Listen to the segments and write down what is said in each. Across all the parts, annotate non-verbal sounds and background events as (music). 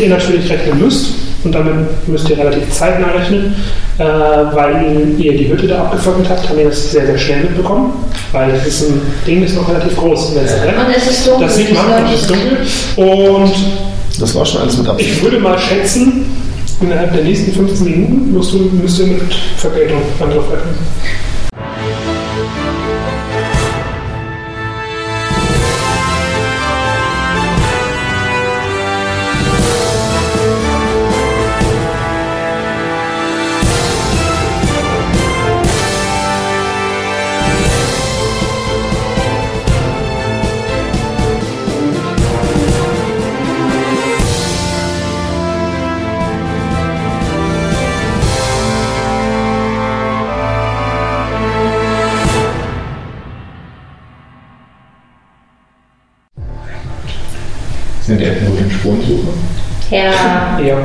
ihr natürlich rechnen müsst und damit müsst ihr relativ zeitnah rechnen, äh, weil ihr die Hütte da abgefackelt habt, haben wir das sehr, sehr schnell mitbekommen, weil das ist ein Ding, das ist noch relativ groß. Wenn es Und brennt. es ist dunkel. Das sieht man, und es ist dunkel. Und Das war schon alles mit Absicht. ich würde mal schätzen, innerhalb der nächsten 15 Minuten musst du, müsst ihr mit Vergeltung Angriff rechnen. Sind die einfach nur den Spurensuche? Ja. Ja.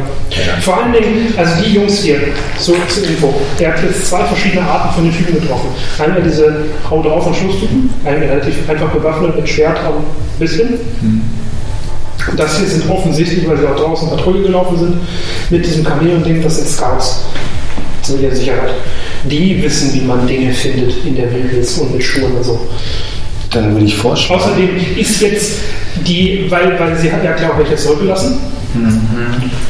Vor allen Dingen, also die Jungs hier, so zur Info, ihr habt jetzt zwei verschiedene Arten von den Typen getroffen. Einmal diese Hau drauf und Schusstypen, einen relativ einfach bewaffnet mit Schwert, aber ein bisschen. Das hier sind offensichtlich, weil sie auch draußen Patrouille gelaufen sind, mit diesem Kamelen-Ding, das sind Scouts. Zu ihrer Sicherheit. Die wissen, wie man Dinge findet in der Wildnis und mit Schuhen und so. Dann würde ich vorschlagen. Außerdem ist jetzt die, weil, weil sie hat ja klar auch welche zurückgelassen. Mhm.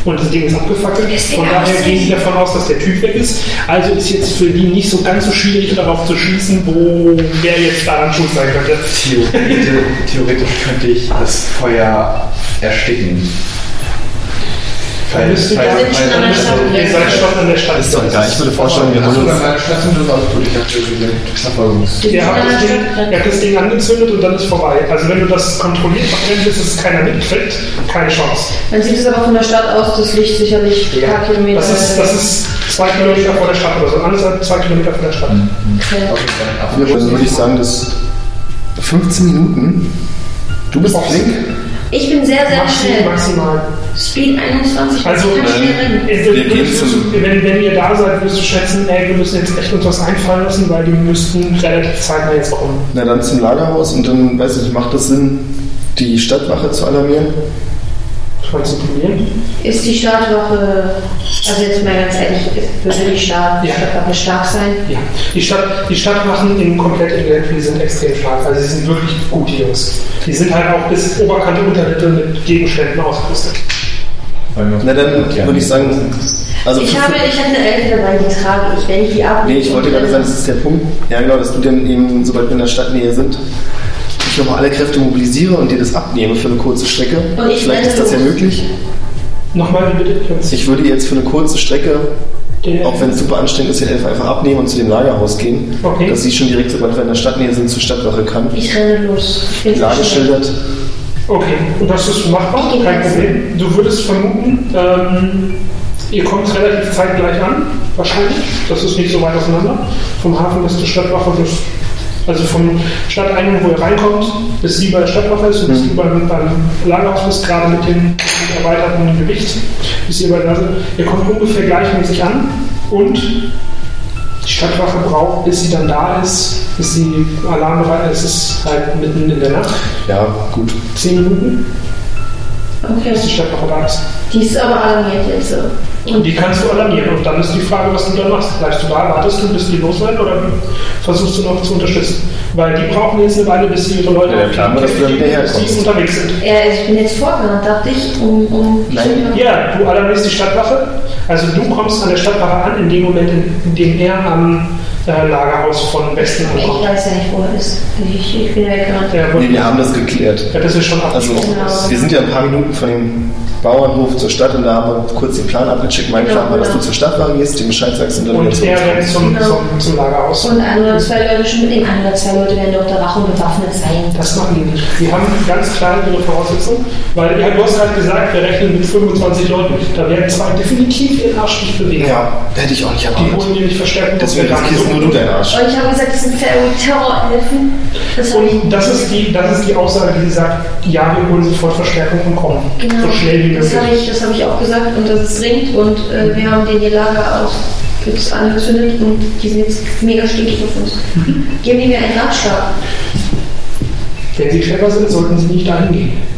Und das Ding ist abgefackelt. Ist die Von daher Absicht? gehen sie davon aus, dass der Typ weg ist. Also ist jetzt für die nicht so ganz so schwierig darauf zu schließen, wo wer jetzt daran schuld sein könnte. Theoretisch, theoretisch könnte ich das Feuer ersticken. Dann bist du- Wir sind schon an der Stadt. Ihr seid schon an der Stadt. Ist doch egal. Ich würde vorschlagen, wir Ach so, holen dann uns. war das Stadt- war das gut. Ich dachte, wir sind Verfolgungs- Ihr habt, das Ding, ihr habt das Ding angezündet und dann ist vorbei. Also wenn du das kontrolliert verbrennt, bis es keiner mitkriegt, keine Chance. Man sieht es aber von der Stadt aus, das Licht sicherlich ein paar Kilometer. Das ist, das ist zwei Kilometer vor der Stadt oder so. Alles hat zwei Kilometer vor der Stadt. Ja. Okay, dann auf- Dann würde ich sagen, dass 15 Minuten. Du bist Auf- flink. Ich bin sehr, sehr Maxi- schnell. Maximal. Speed 21. Also, ich kann schnell äh, rennen. es- Wir gehen es- zum- wenn, wenn ihr da seid, wirst du schätzen, ey, wir müssen jetzt echt uns was einfallen lassen, weil die müssten relativ zeitnah jetzt kommen. Na dann zum Lagerhaus und dann, weiß ich, macht das Sinn, die Stadtwache zu alarmieren? Schon zu probieren. Ist die Startwoche, also jetzt mal ganz ehrlich, ist- würde die Start, Ja. Startwoche stark sein? Ja. Die, Stadt, die Stadtwachen in komplett England, die sind extrem stark. Also, sie sind wirklich gut, die Jungs. Die sind halt auch bis Oberkante, Unterlippe mit Gegenständen ausgerüstet. Na dann würde ich sagen, also. ich, habe, ich habe eine Elfe dabei, die trage ich, wenn ich die ab. Nee, ich wollte gerade sagen, das ist der Punkt. Ja, genau, dass du dann eben, sobald wir in der Stadtnähe sind, ich nochmal alle Kräfte mobilisiere und dir das abnehme für eine kurze Strecke. Und ich Vielleicht renne ist das ja los. möglich. Nochmal, wie bitte? Jungs? Ich würde jetzt für eine kurze Strecke Den- Auch wenn es super anstrengend ist, den Elf einfach abnehmen und zu dem Lagerhaus gehen. Okay. Dass sie schon direkt, sobald wir in der Stadtnähe sind, zur Stadtwache kann. Ich renne los. Ich bin Lage so schnell. schildert. Okay, und das ist machbar, Ich gehe kein jetzt. Problem. Du würdest vermuten, ähm, ihr kommt relativ zeitgleich an, wahrscheinlich. Das ist nicht so weit auseinander. Vom Hafen bis zur Stadtwache, bis, also vom Stadteingang, wo ihr reinkommt, bis sie bei der Stadtwache ist und bis du beim, beim Lagerhaus bist, gerade mit dem erweiterten Gewicht, bis ihr bei der Ihr kommt ungefähr gleichmäßig an und die Stadtwache braucht, bis sie dann da ist, bis sie alarmbereit ist, es ist halt mitten in der Nacht, Ja, gut. zehn Minuten Okay. dass die Stadt noch da ist. Die ist aber alarmiert jetzt so. Und die kannst du alarmieren. Und dann ist die Frage, was du dann machst. Bleibst du da, wartest du, bis die los werden oder versuchst du noch zu unterstützen? Weil die brauchen jetzt eine Weile, bis sie ihre Leute Ja, der Plan war, dass du dann wieder bis die herkommst. unterwegs sind. Ja, also ich bin jetzt vorgerannt, dachte ich, um. um Nein. Ja, du alarmierst die Stadtwache. Also du kommst an der Stadtwache an, in dem Moment, in, in dem er am äh, Lagerhaus von Westen Ich ankommt. weiß ja nicht, wo er ist. Ich, ich bin weggerannt. Der Nee, wurde, wir haben das geklärt. ja, das ist schon Also, abgesprochen. Genau. wir sind ja ein paar Minuten von dem Bauernhof zur Stadt und da haben wir kurz den Plan abgecheckt. Mein Genau, Plan war, dass du genau. zur Stadtwache gehst, dem Bescheid sagst und dann wieder und zu uns er rennt kommst. zum, Genau. zum, zum Lagerhaus. Und ein oder zwei Leute schon mit dem ein oder zwei Leute werden doch da wach und bewaffnet sein. Das machen die nicht. Die haben ganz klar ihre Voraussetzungen, weil ja, du hast gerade gesagt, wir rechnen mit 25 Leuten. Da werden zwei definitiv ihren Arsch nicht bewegen. Ja, hätte ich auch nicht Die erwartet. holen dir nicht verstärken. Deswegen riskierst nur du deinen Arsch. Und ich habe gesagt, das sind Fer- Terrorelfen. Das habe ich. Und das ist, die, das ist die Aussage, die sagt, ja, wir holen sofort Verstärkung und kommen. Genau. So schnell wie das habe möglich. ich, das habe ich auch gesagt und das ist dringend. Und äh, wir haben den hier Lager aus Gips angezündet und die sind jetzt mega stinkig auf uns. Mhm. Geben die mir einen Nachschlag. Wenn sie clever sind, sollten sie nicht dahin gehen.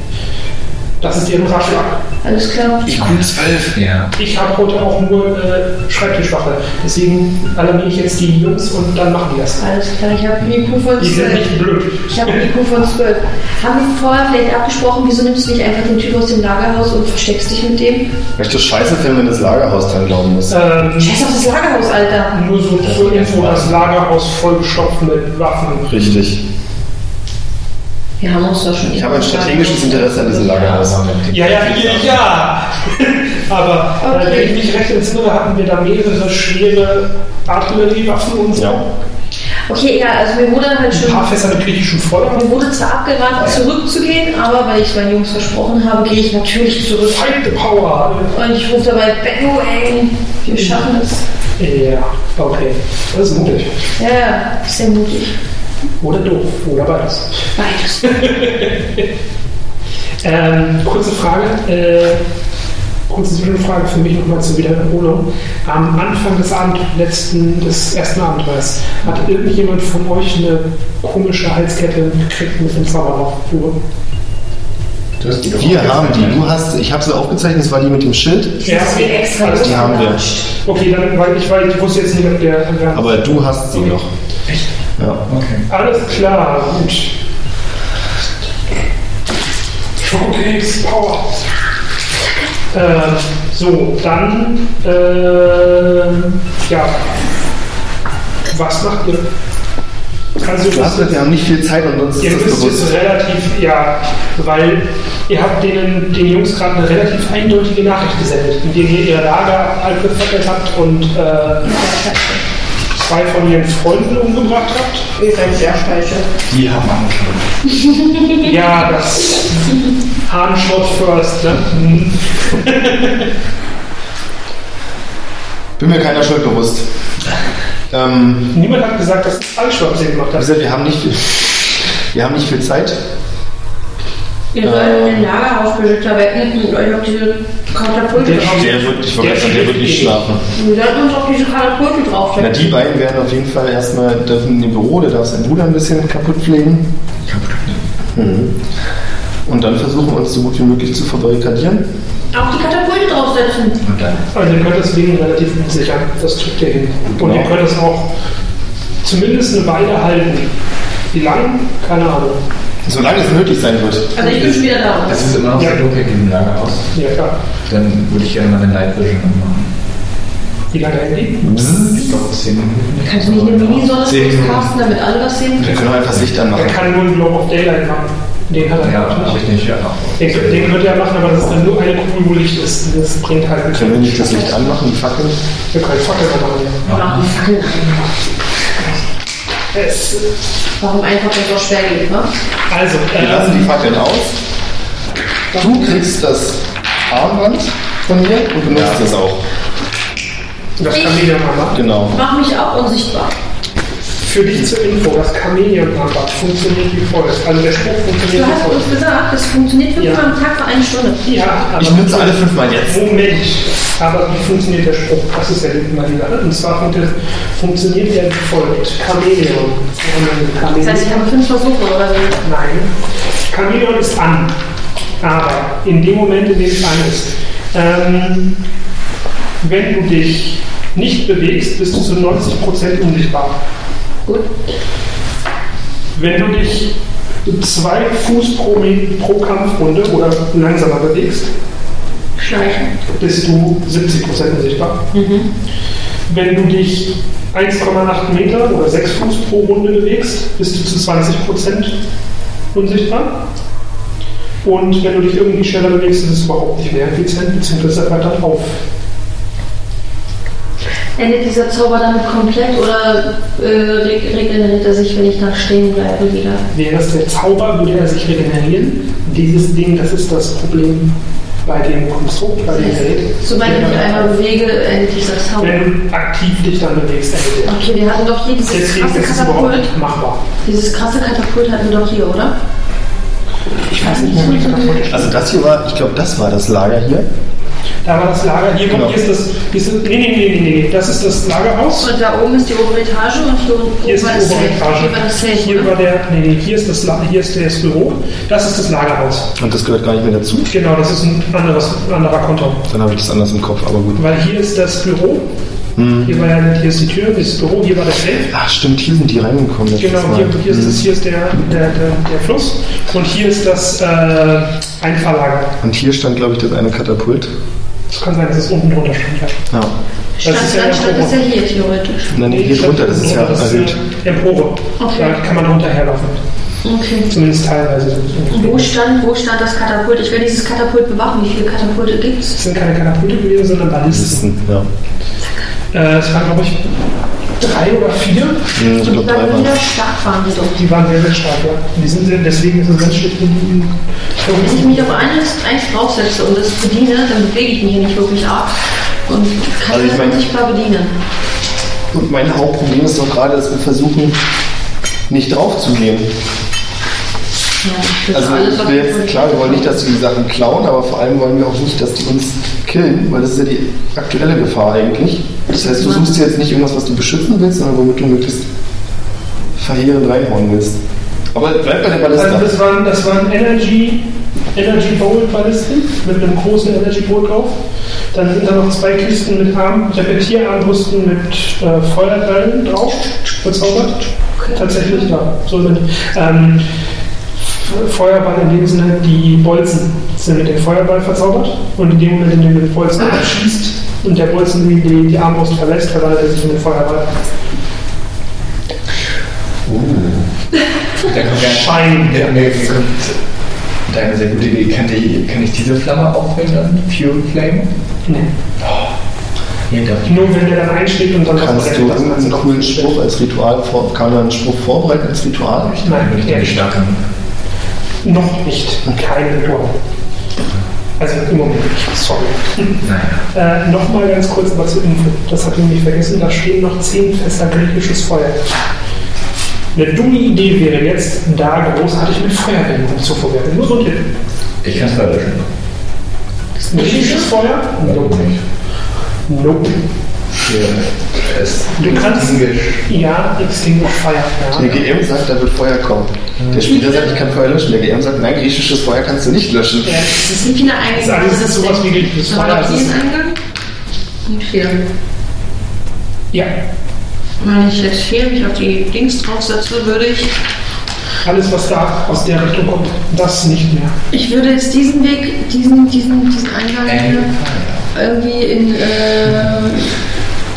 Das ist Ihren Ratschlag. Alles klar. IQ 12. Ja. Ich habe heute auch nur äh, Schreibtischwache. Deswegen alarmiere ich jetzt die Jungs und dann machen die das. Alles klar. Ich habe einen IQ von Die sind 12. nicht blöd. Ich habe einen IQ von 12. Haben wir vorher vielleicht abgesprochen, wieso nimmst du nicht einfach den Typ aus dem Lagerhaus und versteckst dich mit dem? Möchtest du scheiße finden, wenn du das Lagerhaus dran glauben musst? Ähm, Scheiß auf das Lagerhaus, Alter. nur so zur Info, das Lagerhaus vollgestopft mit Waffen. Richtig. Wir haben uns da schon. Ich habe ein strategisches Interesse an diesem Lagerhaus. Ja, ja, ja, ja. (laughs) Aber äh, Okay. wenn ich mich recht entsinne, hatten wir da mehrere schwere Artilleriewaffen und so. Ja. Okay, egal. Also mir wurde halt Ein schon. paar Fässer mit griechischem Feuer. Mir wurde zwar abgeraten, zurückzugehen, aber weil ich es meinen Jungs versprochen habe, gehe ich natürlich zurück. Fight the power! Und ich rufe dabei, Benno, ey, wir schaffen das. Ja, okay. Das ist mutig. Ja, ja, sehr mutig. Oder doof. Oder beides. Beides. Ähm, kurze Frage, äh, kurze Zwischenfrage für mich nochmal zur Wiederholung. Am Anfang des Abend, letzten, des ersten Abenteuers, hat irgendjemand von euch eine komische Halskette gekriegt mit dem Zauberlaufbuhr? Wir haben die. Du hast, ich habe sie aufgezeichnet, das war die mit dem Schild. Ich hab's mir extra Alles- Die haben wir. gelatscht. Okay, dann, weil ich, weil ich wusste jetzt nicht, ob der. wer- Aber du hast sie noch. Echt? Ja. Okay. Alles klar, gut. Schokokeks, Power. Ähm, so, dann, äh, ja. Was macht ihr? Also, Du hast gesagt, wir haben nicht viel Zeit und uns ihr ist das wisst jetzt bewusst. relativ, ja, weil ihr habt denen, den Jungs gerade eine relativ eindeutige Nachricht gesendet, indem ihr ihr Lager abgefackelt habt und äh, zwei von ihren Freunden umgebracht habt. Übrigens, ja, falsche. Die haben angefangen. Ja, das Hahnschrott first. Ne? Hm. Bin mir keiner Schuld bewusst. Ähm, Niemand hat gesagt, dass Hahnschrott Sinn macht. wie Das gesagt, wir haben nicht viel, wir haben nicht viel Zeit. Ihr sollt den Lagerhausbeschützer wegnicken und euch auf diese Katapulte Der drauf. Der wird- ich wollte gerade sagen, der wird nicht schlafen. Wir sollten uns auf diese Katapulte Na, draufstellen. die beiden werden auf jeden Fall erstmal dürfen in ihr Büro, der darf sein Bruder ein bisschen kaputt pflegen. Mhm. Und dann versuchen wir uns so gut wie möglich zu verbarrikadieren. Auf die Katapulte draufsetzen. Und dann. also ihr könnt das Ding relativ gut sichern. Das kriegt ihr hin. Und ihr Genau. könnt es auch zumindest eine Weile halten. Wie lang? Keine Ahnung. Solange es nötig sein wird. Also ich bin schon wieder da. Es ist immer noch sehr Ja. dunkel in diesem Lagerhaus. Ja, klar. Dann würde ich gerne mal eine Night Vision anmachen. Wie lange hält die? Ich glaube, 10 Minuten. Kannst du nicht eine Minisonne Zehn Minuten. casten, damit alle was sehen Wir können? können auch einfach das Licht Er anmachen. kann nur einen Globe of Daylight machen. Den hat er Ja, nicht. habe ich nicht. Ja. Den, den könnt ihr machen, aber das ist dann nur eine Kugel, wo Licht ist. Das bringt halt nichts. Können wir nicht das Licht anmachen, die Fackel? Ihr könnt Fackeln machen. Warum Fackeln ein? ja. Es, Warum einfach das so schwer geht, ne? also, Wir äh, lassen die Fackeln aus. Du kriegst das Armband von mir und benutzt es auch. das kann jeder mal machen. Genau. Mach mich auch unsichtbar. Für dich zur Info, das Chameleon-Armband funktioniert wie folgt. Also der Spruch Du funktioniert wie hast uns folgt. gesagt, das funktioniert fünfmal Ja. am Tag für eine Stunde. Ja, aber Ich nutze alle fünfmal jetzt. Moment. Aber wie funktioniert der Spruch? Das ist ja mal die Sache. Und zwar funkt- funktioniert der wie folgt. Chameleon. Chameleon. Das heißt, ich habe fünf Versuche oder so. Nein. Chameleon ist an. Aber in dem Moment, in dem es an ist, ähm, wenn du dich nicht bewegst, bist du zu 90% unsichtbar. Gut. Wenn du dich zwei Fuß pro, Me- pro Kampfrunde oder langsamer bewegst, Schleichen. bist du 70% unsichtbar. Mhm. Wenn du dich 1,8 Meter oder 6 Fuß pro Runde bewegst, bist du zu 20% unsichtbar. Und wenn du dich irgendwie schneller bewegst, ist es überhaupt nicht mehr effizient, beziehungsweise weiter auf. Endet dieser Zauber damit komplett oder äh, re- regeneriert er sich, wenn ich dann stehen bleibe wieder? Wäre es der Zauber, würde er sich regenerieren. Dieses Ding, das ist das Problem bei dem Konstrukt, bei dem Gerät. Sobald ich mich einmal bewege, endet dieser Zauber. Wenn du aktiv dich dann bewegst, endet er. Okay, wir hatten doch hier dieses Deswegen krasse ist es überhaupt Katapult. nicht machbar. Dieses krasse Katapult hatten wir doch hier, oder? Ich weiß nicht, wo die Katapult ist. Also das hier war, ich glaube, das war das Lager hier. Da war das Lager. Hier, Genau. kommt, hier ist das. Hier ist, das- nee, nee, nee, nee, nee. Das ist das Lagerhaus. Und da oben ist die obere Etage und hier unten Hier ist die war das obere Safe. Hier war das Etage. Safe, Hier ne? war der. Nee, nee, hier ist das, La- hier ist das Büro. Das ist das Lagerhaus. Und das gehört gar nicht mehr dazu. Genau, das ist ein anderes, anderer Konto. Dann habe ich das anders im Kopf, aber gut. Weil hier ist das Büro. Hm. Hier, war, ja- hier ist die Tür, hier ist das Büro, hier war der Safe. Ach Ah, stimmt, hier sind die reingekommen. letztes Genau, Mal. hier, hier ist, hm. das, hier ist der, der, der, der Fluss und hier ist das äh, Einfahrlager. Und hier stand, glaube ich, das eine Katapult. Das kann sein, dass es unten drunter stand. Ja. Ja. Stadt, ist ist ja ja Landstadt der ist ja hier theoretisch. Nein, nee, hier stand drunter, das unten ist ja drunter, das ist, erhöht. äh, Empore. Okay. Da kann man runterherlaufen. Okay. Zumindest teilweise. Und wo stand, wo stand das Katapult? Ich werde dieses Katapult bewachen. Wie viele Katapulte gibt es? Das sind keine Katapulte gewesen, sondern Ballisten. Listen, ja. Äh, es waren, glaube ich, drei oder vier. Hm, Ich Und glaube, die drei waren wieder waren. stark waren die doch. Die waren sehr, sehr stark, ja. Die sind sehr, deswegen ist es ganz schlecht. in- Wenn ich in- mich auf eines, eins draufsetze und das bediene, dann bewege ich mich hier nicht wirklich ab und kann Also ich das meine- unsichtbar bedienen. Und mein Hauptproblem ist doch gerade, dass wir versuchen, nicht draufzugehen. Ja, das Also alles, ich was will ich jetzt, von- klar, wir wollen nicht, dass die die Sachen klauen, aber vor allem wollen wir auch nicht, dass die uns killen, weil das ist ja die aktuelle Gefahr eigentlich. Das heißt, du suchst dir jetzt nicht irgendwas, was du beschützen willst, sondern womit du möglichst verheerend reinhauen willst. Aber bleib bei der Also Ballista. das waren, das waren Energy, Energy Bowl Ballisten mit einem großen Energy Bowl drauf. Dann sind da noch zwei Kisten mit Arm, Repetierarmbrüsten mit äh, Feuerbällen drauf, verzaubert. Tatsächlich, ja. So sind ähm, Fe- Feuerball in dem Sinne, die Bolzen sind mit dem Feuerball verzaubert. Und in dem Moment, in dem du den Bolzen abschießt und der Bolzen die, die, die Armbrust verlässt, verwandelt er sich in den Feuerball. Dann kommt ja- Schein. Ja, mir mir kommt deine sehr gute Idee. Kann, die, kann ich diese Flamme aufhängen dann? Fuel Flame? Nee. Ja, doch. Nur wenn der dann einschlägt und dann Kannst du verbrennt, dann irgendeinen coolen Spruch als Ritual vor, kann man einen Spruch vorbereiten als Ritual? Nein, Mit der dem starken. Noch nicht. Kein Ritual. Also im Moment nicht. Sorry. Naja. Äh, Nochmal ganz kurz aber zur Info. Das habe ich nämlich vergessen. Da stehen noch zehn Fässer griechisches Feuer. Eine dumme Idee wäre jetzt, da großartig mit Feuerwehren rumzuvorwerfen. Nur so ein Tipp. Ich kann es mal löschen. Griechisches Feuer? Nope. Nope. Hier ist Du kannst- Englisch. Ja, Extinguish Fire. Ja. Der GM sagt, da wird Feuer kommen. Der Spieler sagt, ich kann Feuer löschen. Der GM sagt, nein, griechisches Feuer kannst du nicht löschen. Ja, es ist- Wie viele Das Eingänge ist alles hat sowas denn? wie griechisches Da war Feuer. noch Das diesen ist- Eingang und vier. ja, Wenn ich jetzt hier mich auf die Dings draufsetze, würde ich. alles, was da aus der Richtung kommt, das nicht mehr. Ich würde jetzt diesen Weg, diesen, diesen, diesen Eingang Äh. hier irgendwie in äh,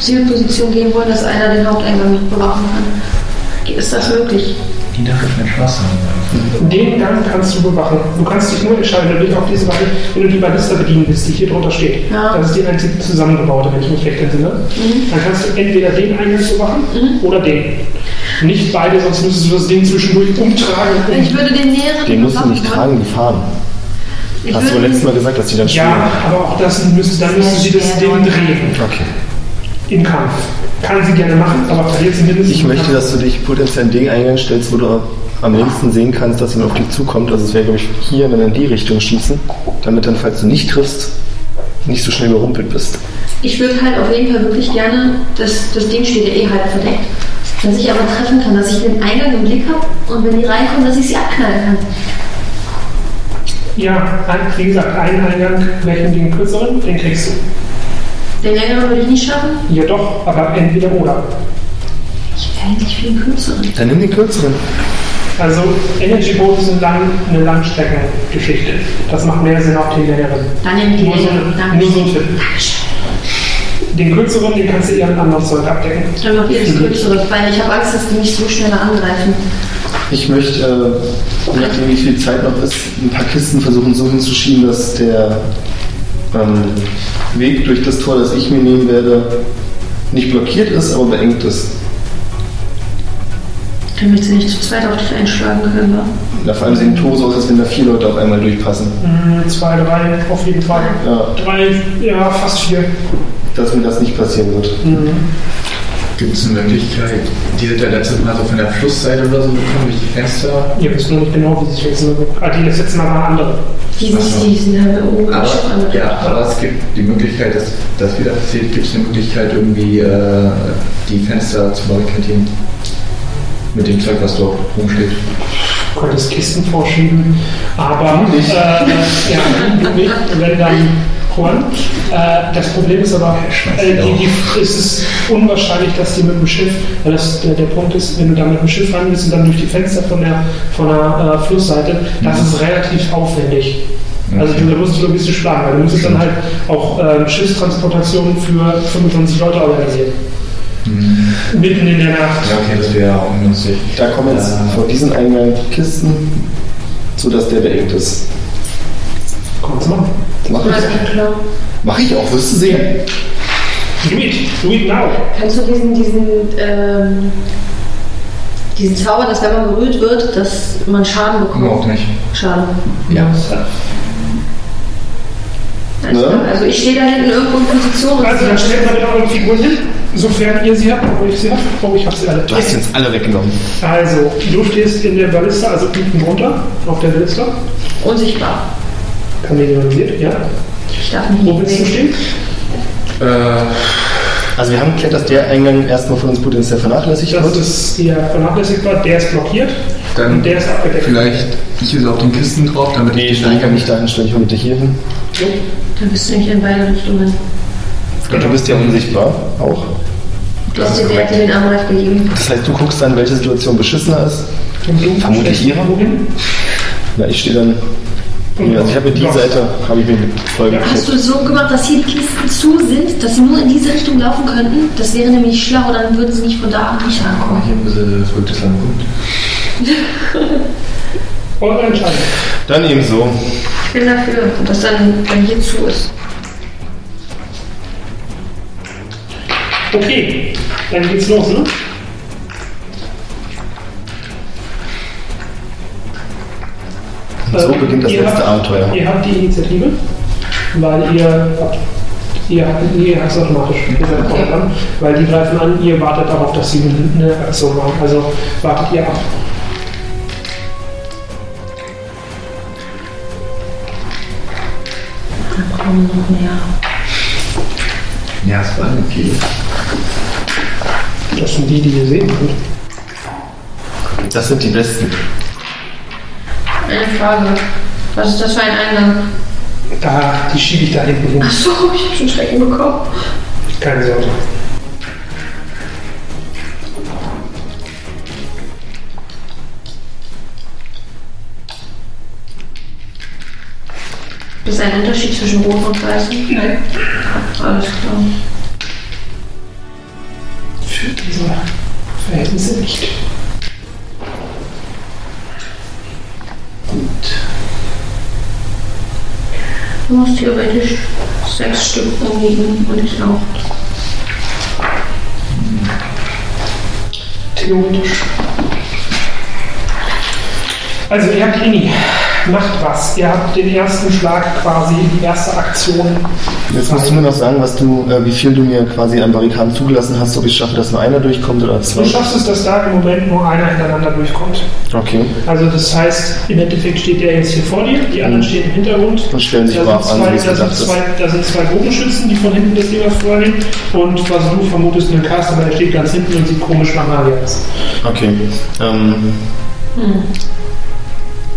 Zielposition gehen wollen, dass einer den Haupteingang nicht bewachen kann. Ist das möglich? Die darf ich mit Schloss haben. Den Gang kannst du bewachen. Du kannst dich nur entscheiden, wenn du dich auf diese Weise, wenn du die Ballista bedienen willst, die hier drunter steht. Ja. Mhm. Das ist die einzige zusammengebaute, wenn ich mich recht entsinne. ne? Dann kannst du entweder den Eingang bewachen oder den. Nicht beide, sonst müsstest du das Ding zwischendurch umtragen. Ich würde den näheren Den musst du bewachen nicht wollen. tragen, die fahren. Ich Hast du würde- letztes Mal gesagt, dass die dann spielen? ja, aber auch das müsste, dann müsste sie das Ding drehen Okay. im Kampf. Kann sie gerne machen, aber verliert sie mindestens. Ich möchte, dass du dich potenziell ein Ding eingang stellst, wo du am längsten sehen kannst, dass jemand auf dich zukommt. Also es wäre, glaube ich, hier und dann in die Richtung schießen, damit dann, falls du nicht triffst, nicht so schnell überrumpelt bist. Ich würde halt auf jeden Fall wirklich gerne, das, das Ding steht ja eh halb verdeckt, dass ich aber treffen kann, dass ich den Eingang im Blick habe und wenn die reinkommen, dass ich sie abknallen kann. Ja, ein- wie gesagt, einen Eingang, welchen den kürzeren, den kriegst du. Den längeren würde ich nicht schaffen. Ja doch, aber entweder oder. Ich wäre eigentlich viel kürzeren. Dann nimm den kürzeren. Also Energy Boat ist eine, Lang eine Langstreckengeschichte. Das macht mehr Sinn auf den längeren. Dann nehme ich die Nur so, längeren. eine, nur so Dankeschön. ein Tipp. Dankeschön. Den kürzeren, den kannst du eher mit anderes Zeug abdecken. Dann macht ihr das kürzere, weil ich habe Angst, dass die mich so schnell angreifen. Ich möchte, äh, je nachdem wie viel Zeit noch ist, ein paar Kisten versuchen so hinzuschieben, dass der ähm, Weg durch das Tor, das ich mir nehmen werde, nicht blockiert ist, aber beengt ist. Damit sie nicht zu zweit auf dich einschlagen können. wa? Ja, vor allem sehen Tore so aus, als wenn da vier Leute auf einmal durchpassen. Hm, zwei, drei, auf jeden Fall. Ja, Drei, ja, fast vier. Mm. dass mir das nicht passieren wird. Gibt es eine Möglichkeit, die sind ja letztes Mal so von der Flussseite oder so gekommen durch die Fenster? Ihr wisst nur nicht genau, wie sich jetzt so. Ah, die das letzte Mal waren andere. Diesen, Ach so. diesen haben wir halt oben im Schiff Aber, angekündigt. ja, aber es gibt die Möglichkeit, dass das wieder passiert, gibt es eine Möglichkeit, irgendwie äh, die Fenster zu barrikadieren. Mit dem Zeug, was dort rumsteht. Du könntest Kisten vorschieben, aber Nicht. Äh, ja, du nicht, wenn dann Juan. Äh, das Problem ist aber, äh, die, die, es ist unwahrscheinlich, dass die mit dem Schiff, weil das der, der Punkt ist, wenn du dann mit dem Schiff ran bist und dann durch die Fenster von der, von der äh, Flussseite, das Mhm. ist relativ aufwendig. Also Ja. du musst du logistisch planen, weil du müsstest dann halt auch äh, Schiffstransportation für 25 Leute organisieren. Hm. Mitten in der Nacht. Ja, okay, das wäre ungünstig. Da kommen jetzt Ja. vor diesen Eingang Kisten, sodass der beengt ist. Komm, mal. Mach Oder ich, den Clown. mach ich auch, wirst du sehen. Do it, do it now. Kannst du diesen, diesen, ähm, diesen Zauber, dass wenn man berührt wird, dass man Schaden Überhaupt bekommt? nicht. Schaden. Ja. Also, Ne? also ich stehe da hinten irgendwo in Position. Also dann stellt man wieder eure Figuren hin, sofern ihr sie habt, wo ich sie hab. Oh, ich hab sie alle. Du hast jetzt alle weggenommen. Also, du stehst in der Ballista, also unten runter, auf der Ballista. Unsichtbar. Kamelianisiert, ja. Ich darf nicht. Wo willst du stehen? Äh, Also wir haben erklärt, dass der Eingang erstmal von uns potenziell vernachlässigt Das wird. ist ja vernachlässigbar, der ist blockiert und dann der ist abgedeckt. Ähm, vielleicht ich es auf den Kisten drauf, damit Nee, ich ich den steige Eingang mich dahin, stelle ich mal mit dich hier hin. So. Dann bist du nicht in beide Richtungen. Und du bist ja unsichtbar auch. Das Das ist der, ist korrekt. der den Armreif gegeben. Das heißt, du guckst dann, welche Situation beschissener ist. Und du Vermutlich stellst ihre. wohin? Na, ich stehe dann. Nee, also ich habe mir die Ja. Seite, habe ich mir voll Hast geklebt. du es so gemacht, dass hier die Kisten zu sind, dass sie nur in diese Richtung laufen könnten? Das wäre nämlich schlau, dann würden sie nicht von da nicht ankommen. Hier ein bisschen äh, verrücktes Land gut. Eure Entscheidung. Dann eben so. Ich bin dafür, dass dann, dann hier zu ist. Okay, dann geht's los, ne? Und so Ähm, beginnt das ihr letzte habt- Abenteuer. Ihr habt die Initiative, weil ihr habt. Ihr habt nee, ihr habt es automatisch. Mhm. Ihr seid vorne dran, weil die greifen an, ihr wartet darauf, dass sie eine Aktion machen. Also wartet ihr ab. Dann kommen noch mehr. Ja, es waren viele. Das sind die, die ihr sehen könnt. Das sind die besten. Eine Frage. Was ist das für ein Eingang? Da, die schiebe ich da hinten hin. Ach so, ich habe schon Schrecken bekommen. Keine Sorge. Ist ein Unterschied zwischen Rot und Weiß? Nein. Alles klar. Für diese Verhältnisse nicht. Du musst theoretisch sechs Stück umliegen und ich auch. Theoretisch. Also ihr habt Ini, macht was. Ihr habt den ersten Schlag quasi, die erste Aktion. Jetzt musst du mir noch sagen, was du, äh, wie viel du mir quasi an Barrikaden zugelassen hast, ob ich schaffe, dass nur einer durchkommt oder Du zwei. schaffst es, dass da im Moment nur einer hintereinander durchkommt. Okay. Also das heißt, im Endeffekt steht der jetzt hier vor dir, die anderen Mhm. stehen im Hintergrund. Und stellen sich Da sind, brav an, so wie zwei, es da, sind gedacht ist. zwei, da sind zwei Bogenschützen, die von hinten das Ding vornehmen. Und was du vermutest, ein Caster, weil der steht ganz hinten und sieht komisch nach Magier aus. Okay. Ähm,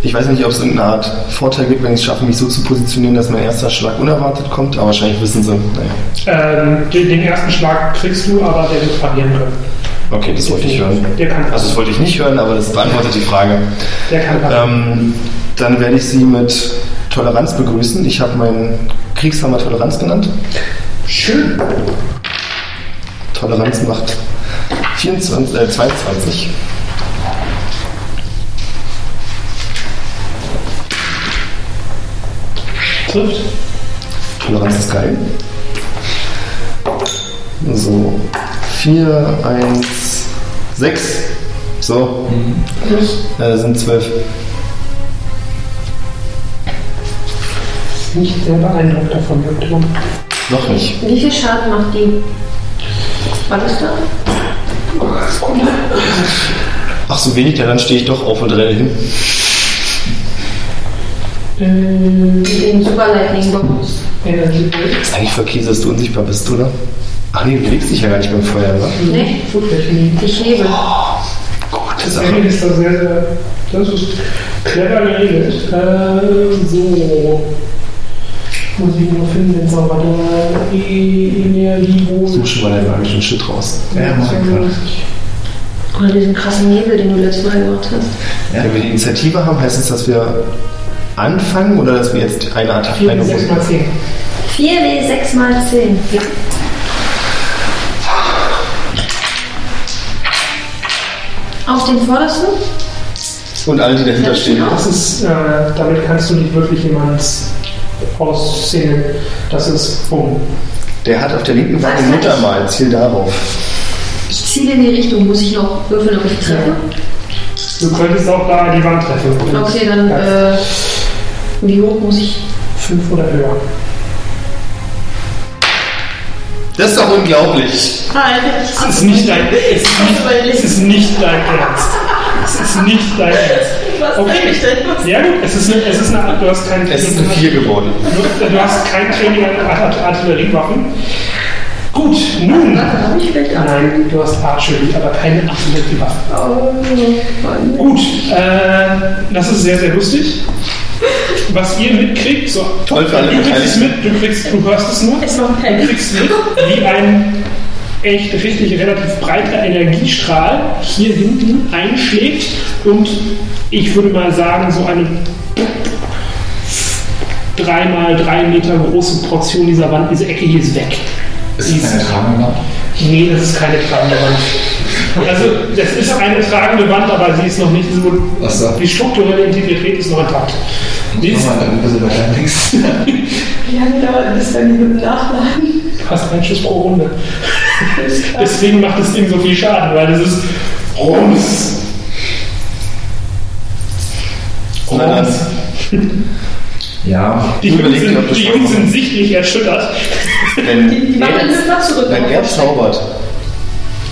ich weiß nicht, ob es irgendeine Art Vorteil gibt, wenn ich es schaffe, mich so zu positionieren, dass mein erster Schlag unerwartet kommt, aber wahrscheinlich wissen sie. Naja. Ähm, den, den ersten Schlag kriegst du, aber der wird parieren können. Okay, das wollte ich hören. Der kann Also das parieren. wollte ich nicht hören, aber das beantwortet die Frage. Der kann parieren. Ähm, dann werde ich Sie mit Toleranz begrüßen. Ich habe meinen Kriegshammer Toleranz genannt. Schön. Toleranz macht 24, äh, 22. Trifft. Toleranz ist geil. So, 4, 1, 6. So, Plus. äh, sind 12. Ist nicht sehr beeindruckt davon. ihr habt immer- Noch nicht. Wie viel Schaden macht die? Was ist da? Ach, so wenig, ja, dann stehe ich doch auf und renne hin. Ähm, Den Super Lightning Bombs. Energy Break. Ist eigentlich voll Käse, dass du unsichtbar bist, oder? Ach nee, du bewegst dich ja gar nicht beim Feuer, ne? Nee. Foodtechnik. Ich hebe. Gute Deswegen Sache. ist das sehr, sehr. Das ist clever geregelt. Äh, so. Muss ich noch finden, den Salvador. E-, Energiebus. Such schon mal deinen magischen Shit raus. Ja, mach ich gerade. Oder diesen krassen Nebel, den du letztes Mal gemacht hast. Ja. Wenn wir die Initiative haben, heißt es, dass wir anfangen oder dass wir jetzt eine Art 4 eine bis 6 Runde. mal 10. 4W 6 mal 10. Ja. Auf den vordersten? Und alle, die dahinter stehen. Das ist, äh, damit kannst du nicht wirklich jemands auszählen. Das ist bumm. Der hat auf der linken Wange Was? Muttermal, ziel darauf. Ich ziele in die Richtung. Muss ich noch würfeln, ob ich treffe? Du könntest auch da die Wand treffen. Okay, dann Ja. äh, wie hoch muss ich? Fünf oder höher. Das ist doch unglaublich. Nein, Es ist nicht dein, es ist nicht, es ist nicht dein Ernst. Es ist nicht dein Ernst. Was Okay. okay. ich denn? Ja gut, es ist eine, es ist eine du hast kein Es ist eine 4 geworden. Du, du hast kein Training an Art- Artilleriewaffen. Gut, nun. Warte, hab ich vielleicht auch. Nein, du hast Archery, aber keine Artilleriewaffen. Oh, Mann. Gut, äh, das ist sehr, sehr lustig. Was ihr mitkriegt, so Toll für alle du kriegst es Beteiligten. mit, du kriegst, du hörst es nur, Es war du ein kriegst mit, wie ein echt richtig relativ breiter Energiestrahl hier hinten einschlägt und ich würde mal sagen, so eine dreimal drei Meter große Portion dieser Wand, diese Ecke hier ist weg. Ist ne? das eine tragende Wand? Nee, das ist keine tragende Wand. Also, das ist eine tragende Wand, aber sie ist noch nicht so. Ach so. Die strukturelle Integrität ist noch intakt. Die ist Nochmal ein bisschen weiter links. Wie lange dauert das genau, dann mit dem Nachladen? fast ein Schuss pro Runde. Deswegen macht das Ding so viel Schaden, weil das ist. Rums! Na dann. Rums! Ja. Die Ich Jungs überleg dir, sind, ob du die Spaß Jungs hast. sind sichtlich erschüttert. Wenn, sind mal zurück. wenn er zaubert,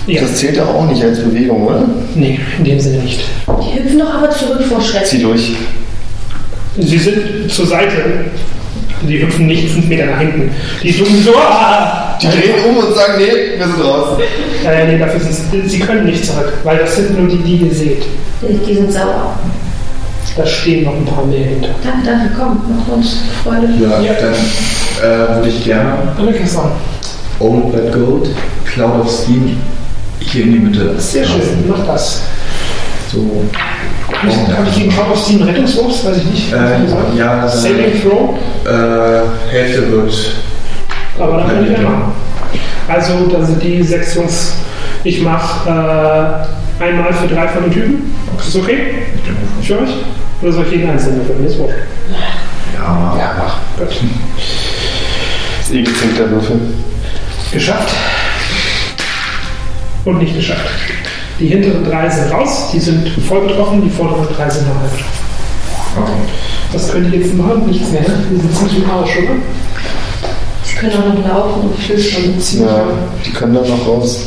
Ja. das zählt doch auch nicht als Bewegung, oder? Nee, in dem Sinne nicht. Die hüpfen doch aber zurück vor Schreck. Zieh durch. Sie sind zur Seite. Die hüpfen nicht fünf Meter nach hinten. Die ducken so. Ah! Die drehen um und sagen, nee, wir sind raus. Äh, nee, dafür sind sie können nicht zurück, weil das sind nur die, die ihr seht. Die, die sind sauer. Da stehen noch ein paar mehr hinter. Danke, danke, komm, mach uns Freude. Ja, Ja. dann äh, würde ich gerne Und dann geht's an. Old Bad Gold, Cloud of Steam, hier in die Mitte. Sehr schön, mach das. So. Oh, Habe ich gegen Cloud of Steam Rettungswurf? Weiß ich nicht. Äh, ja, also- das- Saving Throw, Äh, Hälfte wird. aber dann kann ich Ja. ja machen. Also, da sind die sechs Jungs. Ich mache äh, einmal für drei von den Typen. Ist das okay? Für euch? Oder soll ich jeden einzelnen würfeln? Mir ist wurscht. Ja. Ja, mach. Gut. Das ist eh gezinkter Würfel. Geschafft. Und nicht geschafft. Die hinteren drei sind raus, die sind voll betroffen, die vorderen drei sind noch halb betroffen. Okay. Was könnt ihr jetzt machen? Nichts mehr, ne? Die sind ziemlich im Arsch, oder? Sie können auch noch laufen und flüstern. Ja, die können dann noch raus.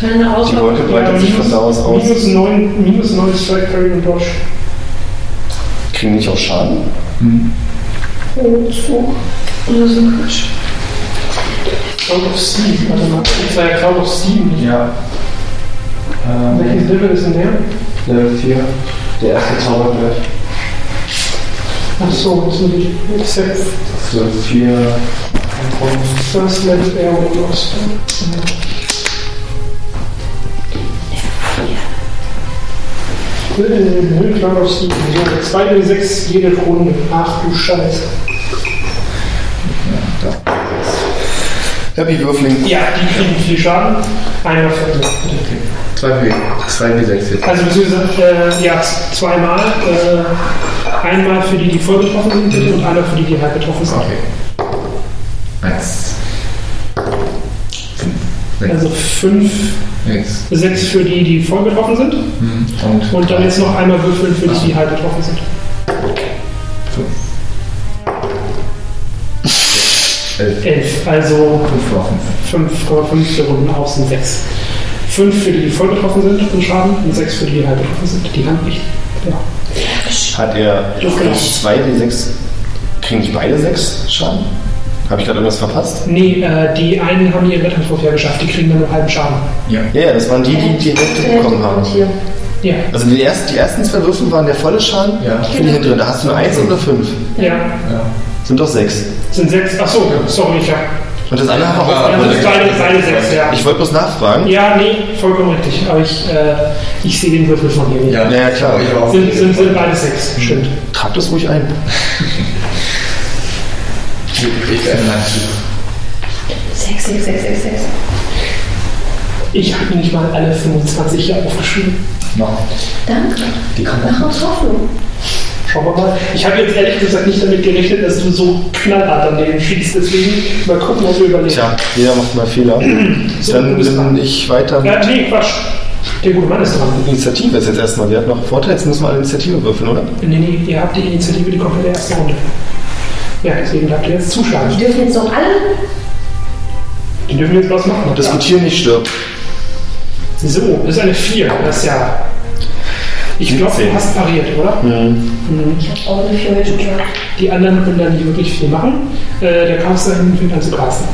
Die können da Die rauslaufen. Wolke breitet sich von da aus aus. Minus 9, minus 9 Strike Carry und Dodge. Kriegen nicht auch Schaden? Oh, so. Oder so ein Quatsch. Cloud of Steam, warte mal. Das war ja Cloud of Steam. Ja. Ähm, Welches Level ist denn der? Level 4. Der erste Zauber gleich. Ach so, das ist nicht. Except Level 4. First Level Air und Lost. Höhen, Cloud of Steam. So, 2 bis 6 jede Runde. Ach du Scheiße. Happy Würfling. Ja, die kriegen viel Schaden. Einmal von mir, bitte. 2W. 2W6 jetzt. Also beziehungsweise äh, ja, z- zweimal. Äh, einmal für die, die voll betroffen sind bitte, und einmal für die, die halb betroffen sind. Okay. Eins. Fünf. Also fünf, Sechs. sechs für die, die voll betroffen sind Mhm. Und, und dann jetzt noch einmal würfeln für die, die halb betroffen sind. Fünf. Elf. Elf, also Fünf war fünf. 5,5 für Runden außen, sechs. halt Fünf für die, die voll betroffen sind und Schaden und sechs für die, die halb betroffen sind. Die haben nicht. Ja. Hat er plus 2 D6? Kriegen die beide 6 Schaden? Habe ich gerade irgendwas verpasst? Nee, äh, die einen haben ihren Rettungswurf ja geschafft, die kriegen dann nur halben Schaden. Ja. Ja, ja, das waren die, die die Hälfte Äh, bekommen haben. Hier. Ja. Also die ersten, die ersten zwei Würfel waren der volle Schaden. Ja. Ich bin hier drin. Da hast du eine 1 oder 5. Ja. ja. Sind doch 6. Sind sechs. Achso, sorry, ich hab. Und das andere haben wir auch. Ja, das sind beide, beide sechs, ja. Ich wollte bloß nachfragen. Ja, nee, vollkommen richtig. Aber ich, äh, ich sehe den Würfel von hier nicht. Ja, Mhm. ja, klar. Ich auch. Sind, sind, sind beide sechs. Stimmt. Trag das ruhig ein. Ich ich ändere zu. 6, 6, 6, 6, 6. Ich habe nicht mal alle 25 hier aufgeschrieben. Noch. Danke. Die kommen Nach Haus Hoffnung. Schauen wir mal. Ich habe jetzt ehrlich gesagt nicht damit gerechnet, dass du so knallhart an denen schießt. Deswegen mal gucken, ob wir überleben. Tja, jeder macht (clears throat) mal Fehler. Dann bin ich weiter mit Ja, nee, Quatsch. Der gute Mann ist dran. Initiative ist jetzt erstmal. Wir hatten noch Vorteil, jetzt müssen wir alle Initiative würfeln, oder? Nee, nee, ihr habt die Initiative die komplette erste Runde. Ja, deswegen habt ihr jetzt Die zuschlagen. dürfen jetzt noch alle. Die dürfen jetzt was machen. ja. Diskutieren nicht stirbt. So, das ist eine 4. Das ist ja. Ich glaube, du 17. hast pariert, oder? Ich hab auch eine 4 Menschen gehabt. Die anderen können da nicht wirklich viel machen. Äh, der Kampfster hinten fängt an zu grasen.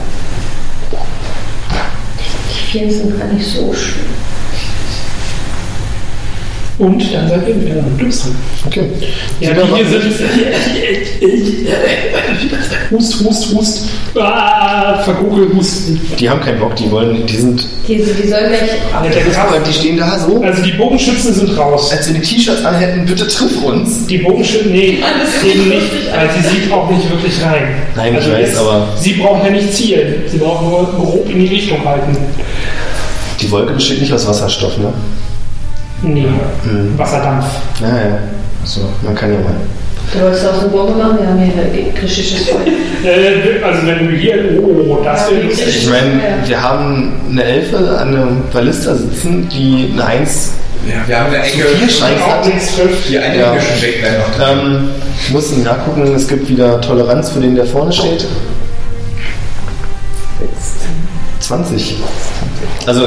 Die 4 sind gar nicht so schön. Und dann seid ihr wieder dran. Du bist dran. Okay. Ja, Jeder die hier macht- sind. Hust, Hust, Hust. Ah, vergoogle, Hust. Die haben keinen Bock, die wollen, die sind. Die, die sollen gleich. Der Graf- die stehen da so, Also die Bogenschützen sind raus. als wenn die T-Shirts anhätten, bitte triff uns. Die Bogenschützen, nee, eben nicht, weil sie sieht auch nicht wirklich rein. Nein, ich weiß, jetzt- aber- Sie brauchen ja nicht zielen. Sie brauchen nur grob in die Richtung halten. Die Wolke besteht nicht aus Wasserstoff, ne? Nee, Wasserdampf. Naja, So. Also, man kann ja mal. Du wolltest auch so eine Bombe machen, wir haben hier griechisches Feuer. Äh, also wenn du hier, oh, das wäre lustig. Ich meine, wir haben eine Elfe an einem Ballista sitzen, die eine Eins Ja, wir haben eine Ecke. Vier Scheiße Auch hat. nichts trifft. Die eine Ja. Ecke schon weg, wäre noch da. Ähm, ich muss ihn nachgucken, es gibt wieder Toleranz für den, der vorne steht. 20. Also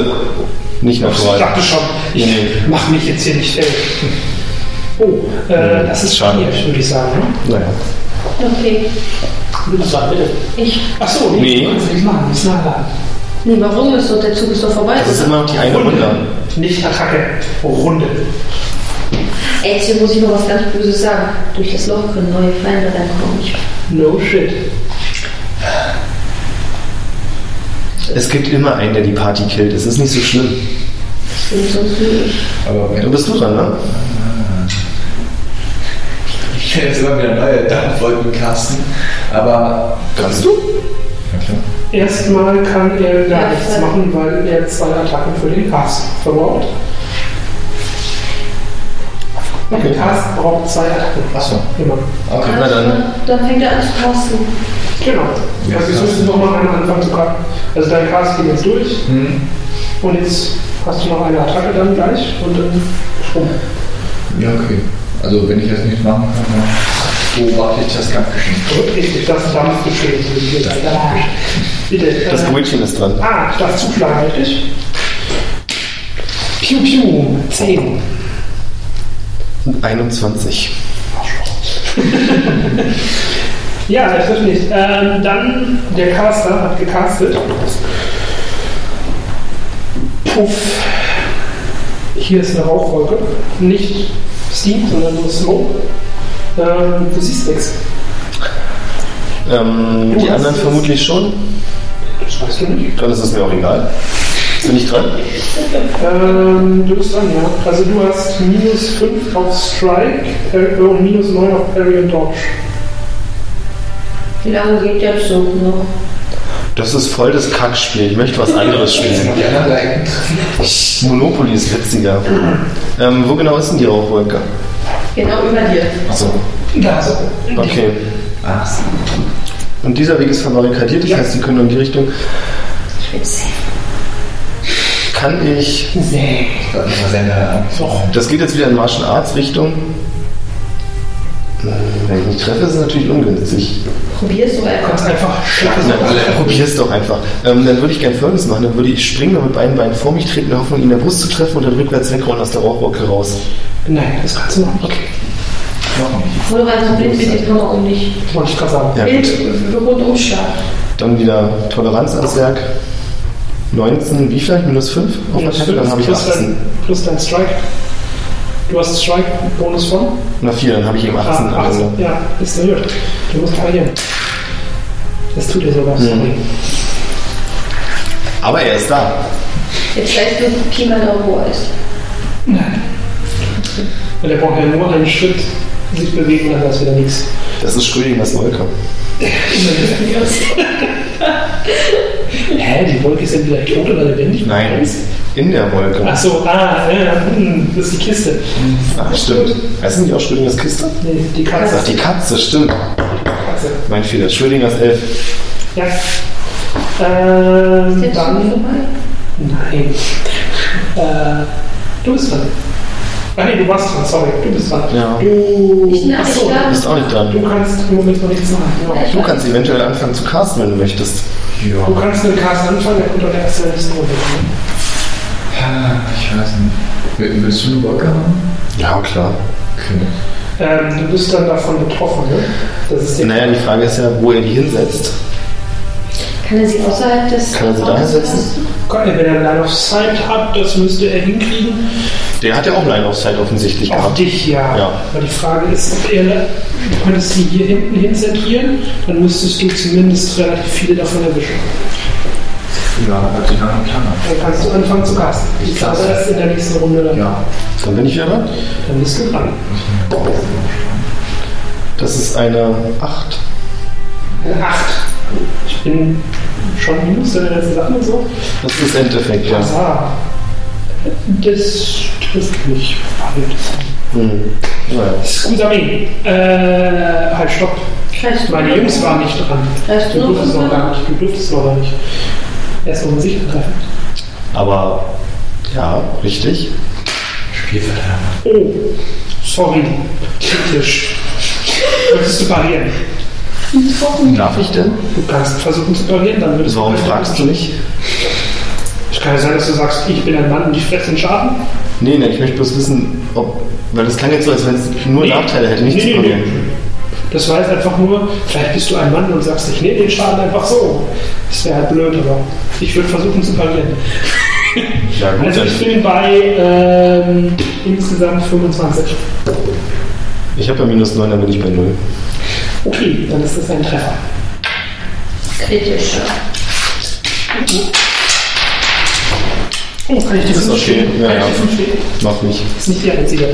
nicht Ich natural. dachte schon, ich Nee, nee. mach mich jetzt hier nicht fertig. Oh, äh, das ist Schade. schade, würde ich sagen. Ne? Naja. Okay. Bitte, sag, bitte. Ich. Achso, Nee. Ich mach nichts nachladen. Nee, warum ist doch der Zug ist doch vorbei? Also, Das ist immer noch die eine Runde. Nicht Attacke, Runde. Ey, jetzt hier muss ich noch was ganz Böses sagen. Durch das Loch können neue Feinde reinkommen. Ich No shit. Es gibt immer einen, der die Party killt. Es ist nicht so schlimm. ich bin sonst nicht. Aber wenn Du bist du dran, ne? Ich kann jetzt immer wieder neue Dampfwolken casten, aber. Kannst du? Ja, klar. Erstmal kann er gar Ja, nichts voll. machen, weil er zwei Attacken für den Cast verbraucht. Der Cast braucht zwei Attacken. Achso. Immer. Okay, na dann. Dann fängt er an zu passen. Genau. Ja, also jetzt Cast. müssen wir nochmal einmal anfangen zu kacken. Also dein Cast geht jetzt durch Hm. und jetzt hast du noch eine Attacke dann gleich und dann Sprung. Ja, okay. Also, wenn ich das nicht machen kann, dann beobachte ich das Kampfgeschehen. Also Richtig, das Dampfgeschehen. Bitte. Das äh, Brötchen ist dran. Ah, ich darf zuschlagen, richtig? Piu, piu, 10. 21. Ja, das trifft nicht. Ähm, dann, der Caster hat gecastet. Puff. Hier ist eine Rauchwolke. Nicht Steam, sondern nur Smoke. Ähm, du siehst nichts. Ähm, die anderen vermutlich schon. Das weißt du nicht. Dann ist es mir auch egal. Bin ich dran? Ähm, du bist dran, ja. Also du hast minus 5 auf Strike äh, und minus 9 auf Parry und Dodge. Wie lange geht der Zug noch? Das ist voll das Kackspiel. Ich möchte was anderes spielen. Die anderen leiten. Monopoly ist witziger. Ähm, wo genau ist denn die Rauchwolke? Genau über dir. Achso. Da, so. Okay. Achso. Und dieser Weg ist verbarrikadiert, das Ja. heißt, sie können in die Richtung. Spitze. Kann ich. Nee. Das war sehr nah. Doch. Das geht jetzt wieder in Martial Arts Richtung. Hm, Wenn ich nicht treffe, ist es natürlich ungünstig. Probier's doch Du kannst einfach. einfach schlagen. Na, probier's doch einfach. Ähm, dann würde ich gern Folgendes machen. Dann würde ich springen und mit beiden Beinen vor mich treten, in der Hoffnung, ihn in der Brust zu treffen und dann rückwärts wegrollen aus der Rauchwolke raus. Nein, das kannst du noch nicht. Noch nicht. Wo du rein blind mit dem Hammer und nicht. Wollte ich gerade sagen. Ja, Bild, gut. Rundumschlag. Dann wieder Toleranz ans Werk. 19, wie vielleicht? Minus 5 auf der Minus Kette, dann fünf habe ich plus 18. dein, plus dein Strike. Du hast Strike-Bonus von? Na 4, dann habe ich also. eben 18. Ah, 18. Ja, ist sehr gut. Du musst verlieren. Das tut dir sogar. Mhm. Aber er ist da. Jetzt weißt du, Pi mal Daumen, wo er ist. Weil der braucht ja nur einen Schritt sich bewegen, dann ist wieder nichts. Das ist Schrödingers Wolke. (laughs) Hä, die Wolke ist entweder tot oder lebendig? Nein, in der Wolke. Ach so, ah, ja, hm, das ist die Kiste. Ah, stimmt. Heißt das nicht auch Schrödingers Kiste? Nee, die Katze. Ach, die Katze, stimmt. die Katze. Mein Fehler. Schrödingers 11. Ja. Ähm, Jetzt schon dann. vorbei. Nein. Äh, du bist dran. Ah, nee, du warst dran, sorry. Du bist dran. Ja. Du. Ich bin auch Ach so, nicht da. Bist auch nicht Du dran. kannst im Moment noch nichts machen. Genau. Du kannst eventuell anfangen zu casten, wenn du möchtest. Du Ja, kannst mit Cast anfangen, der kommt doch erst in der nächsten Runde. ne? ich weiß nicht. Will- Willst du eine Wolke haben? Ja, klar. Okay. Ähm, du bist dann davon betroffen, ne? Das ist der Naja, die Frage ist ja, wo er die hinsetzt. Kann er sie außerhalb des. Kann er sie da Raumes hinsetzen? lassen? Gott, wenn er Line of Sight hat, das müsste er hinkriegen. Der hat ja auch Line of Sight offensichtlich Auf gehabt. dich, ja. Ja. Aber die Frage ist, ob er, du könntest die hier hinten hin zentrieren, dann müsstest du zumindest relativ viele davon erwischen. Ja, hört sich nach einem Plan an. Dann kannst du anfangen zu casten. Ich Ich glaube, caste. erst in der nächsten Runde, dann, Ja. Dann bin ich wieder dran. dann bist du dran. Das ist eine 8. Eine 8. Ich bin schon minus in der letzten Sache und so. Das ist Endeffekt, ja. Ah, das trifft mich. Hm. Naja. Skusami, äh, halt, stopp. Scheiß du. Meine Jungs waren nicht dran. Scheiß Du du. durftest noch gar nicht. Du durftest noch gar nicht. Erst mal sich treffen. Aber ja, richtig. Spielverderber. Oh, sorry. Kritisch. Möchtest du parieren? Darf ich denn? Du kannst versuchen zu parieren, dann würdest Warum du. fragst du mich? Es kann ja sein, dass du sagst, ich bin ein Mann und ich fresse den Schaden. Nee, nee, ich möchte bloß wissen, ob. Weil das klang jetzt so, als wenn es nur Nachteile hätte, nicht zu probieren. Das war jetzt einfach nur, vielleicht bist du ein Mann und sagst, ich nehme den Schaden einfach so. Das wäre halt blöd, aber ich würde versuchen zu parieren. Ja, gut, Also dann. ich bin bei ähm, insgesamt 25. Ich habe ja minus 9, dann bin ich bei 0. Okay, dann ist das ein Treffer. Kritisch. Oh, kann ich die Das ist fünf okay, stehen? ja, Kann ich ja. die fünf stehen? Mach nicht. Ist nicht die einzige.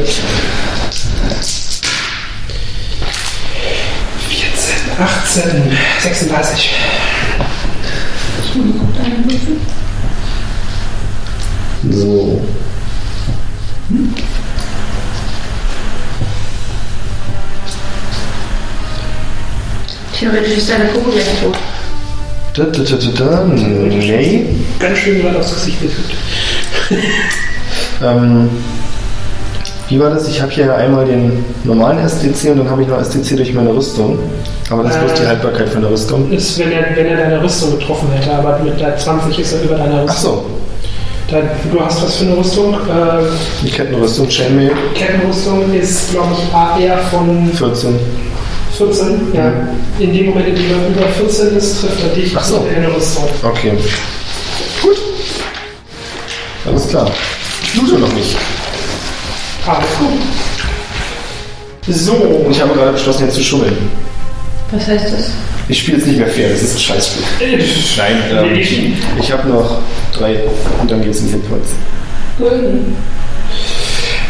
14, 18, 36. So. Theoretisch ist deine Kugel gleich tot. Da, da, da, da, da. Nee. Ganz schön weit aufs Gesicht gedrückt. Ähm, wie war das? Ich habe hier einmal den normalen SDC und dann habe ich noch SDC durch meine Rüstung. Aber das ist bloß Äh. die Haltbarkeit von der Rüstung. Ist, wenn er, wenn er deine Rüstung getroffen hätte, aber mit der 20 ist er über deiner Ach Rüstung. so, Dein, du hast was für eine Rüstung? Äh, die Kettenrüstung, Chainmail, Kettenrüstung ist, glaube ich, AR von 14. 14. Ja. In dem Moment, in dem er über 14 ist, trifft er dich Mhm. Ach so. mit deiner Rüstung. Okay. Gut. Alles klar. Pluto noch nicht. Alles gut. So, Und ich habe gerade beschlossen, jetzt zu schummeln. Was heißt das? Ich spiele jetzt nicht mehr fair, das ist ein Scheißspiel. Nein, Äh, ähm, ich habe noch drei und dann geht's in den Platz.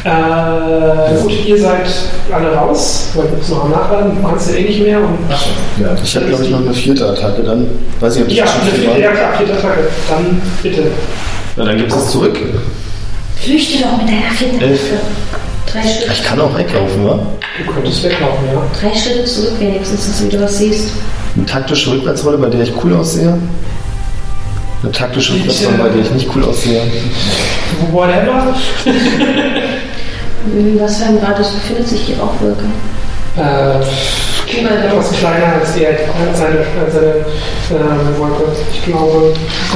Äh, gut, ihr seid alle raus, weil wir müssen noch am Nachladen, du kannst ja eh nicht mehr. Und Ja. Ich habe, glaube ich, noch eine vierte Attacke, dann weiß ich, ob das ja, schon eine viel war. vierte, ja klar, vierte Attacke. Dann bitte. Na, dann gibt's es zurück. Flüchte doch mit deiner vierten Elf. Waffe. Drei Ich Schritte, kann auch weglaufen, wa? Du könntest weglaufen, ja. drei Schritte zurück wenigstens, dass du wieder was siehst. Eine taktische Rückwärtsrolle, bei der ich cool aussehe. Eine taktische Ich, Rückwärtsrolle, äh, bei der ich nicht cool aussehe. Whatever. In Hm, was für einem Radius befindet sich die Rauchwolke? Äh, etwas kleiner als die als seine, als seine äh, Wolke. Ich glaube,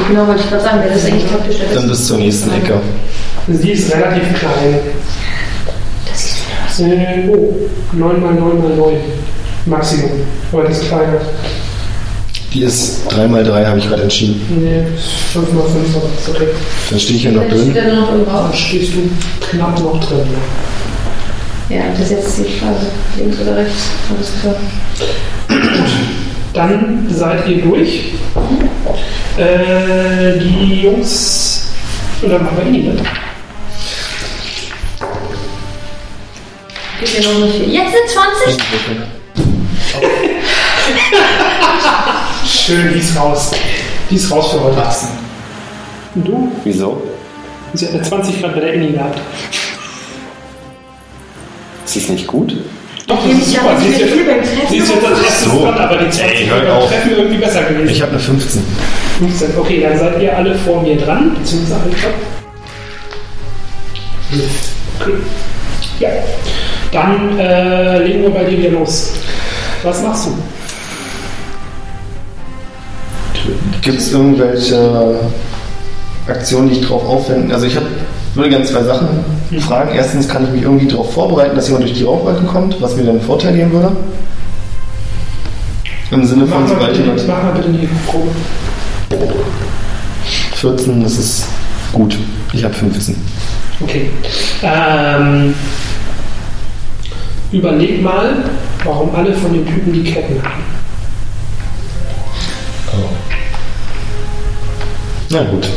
Genau, wollte ich gerade sagen, das ist eigentlich praktisch der Dann beste. bis zur nächsten Ecke. sie ist relativ klein. Das siehst du wieder was. Äh, oh, 9 mal 9 mal 9. Maximum. Aber das kleine. Die ist 3x3, habe ich gerade entschieden. Nee, 5 mal 5 aber ist okay. Ah, Dann stehe ich hier noch Dann steht drin. er nur noch im Raum. Dann stehst du knapp noch drin. Ja, das ist jetzt die Frage. Links oder rechts? Alles klar. Dann seid ihr durch. Äh, die Jungs. Oder machen wir die, ne? Gib mir noch eine vier. Jetzt sind 20? Schön, die ist raus. Die ist raus für heute. Wachsen. Und du? Wieso? Sie hat eine 20 Grad bei der Annie gehabt. Ist das nicht gut? Doch, das ist super. Sie ist jetzt, Viel beim Treffen. sie ist jetzt das erste So. dran, aber die 20 Ey, hör Grad auf. Treffen irgendwie besser gewesen. Ich habe eine 15. 15. Okay, dann seid ihr alle vor mir dran, beziehungsweise alle top. Okay. Ja. Dann äh, legen wir bei dir wieder los. Was machst du? Gibt es irgendwelche Aktionen, die ich drauf aufwenden? Also ich hab, würde gerne zwei Sachen fragen. Erstens kann ich mich irgendwie darauf vorbereiten, dass jemand durch die Rauchwolke kommt, was mir dann einen Vorteil geben würde. Im Sinne von, Mach mal, sobald bitte, jemand mach mal bitte die Probe. 14, das ist gut. Ich habe 15. Okay. Ähm, überleg mal, warum alle von den Typen die Ketten haben. Na gut.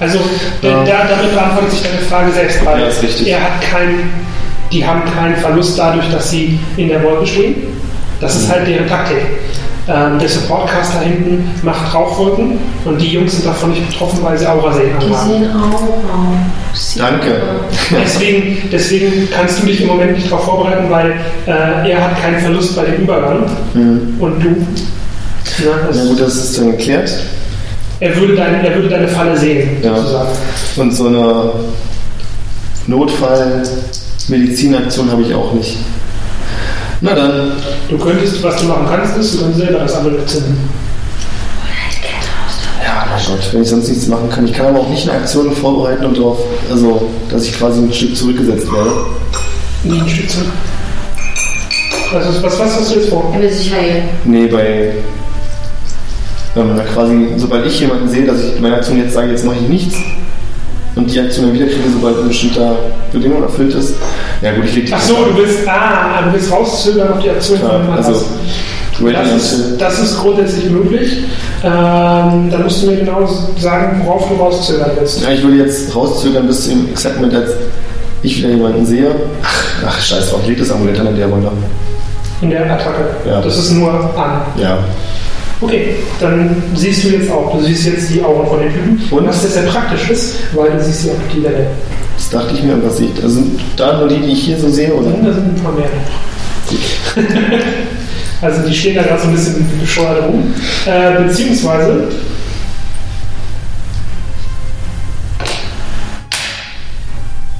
Also äh, Ja. da, damit beantwortet sich deine Frage selbst, weil Ja, ist richtig. er hat keinen, die haben keinen Verlust dadurch, dass sie in der Wolke stehen. Das Mhm. ist halt deren Taktik. Ähm, der Supportcaster hinten macht Rauchwolken und die Jungs sind davon nicht betroffen, weil sie Aura sehen Die haben. sehen auch. Danke. Deswegen, deswegen kannst du dich im Moment nicht darauf vorbereiten, weil äh, er hat keinen Verlust bei dem Übergang Mhm. und du. Ja, das, Na gut, das ist dann geklärt. er, würde deine, er würde deine Falle sehen, Ja. sozusagen. Und so eine Notfall-Medizinaktion habe ich auch nicht. Na dann. Du könntest, was du machen kannst, ist, du kannst selber das Amulett zünden. Ja, mein Gott, wenn ich sonst nichts machen kann. Ich kann aber auch nicht eine Aktion vorbereiten und darauf, also, dass ich quasi ein Stück zurückgesetzt werde. Nee, ein Stück zurück. Was, ist- was, was hast du jetzt vor? Er will sich heilen. Nee, bei, ähm, quasi, sobald ich jemanden sehe, dass ich meine Aktion jetzt sage, jetzt mache ich nichts und die Aktion dann wiederkriege, sobald eine bestimmte Bedingung erfüllt ist. Ja gut, ich lege die Ach so, du willst, ah, du willst rauszögern auf die Aktion von Ja, jemand also, anders. Waiting das, ist, until- das ist grundsätzlich möglich. Ähm, da musst du mir genau sagen, worauf du rauszögern willst. Ja, ich würde jetzt rauszögern bis zu dem exakten Moment, als ich wieder jemanden sehe. Ach, ach scheiß drauf, legt das Amulett an in der Runde. In der Attacke. Ja. Das ist nur an. Ja. Okay, dann siehst du jetzt auch. Du siehst jetzt die Augen von den Typen. Und? Was sehr praktisch ist, weil du siehst ja auch die Welle. Das dachte ich mir, und was ich. Also da nur die, die ich hier so sehe, oder? Da sind ein paar (laughs) mehr. also die stehen da gerade so ein bisschen bescheuert rum. Äh, beziehungsweise.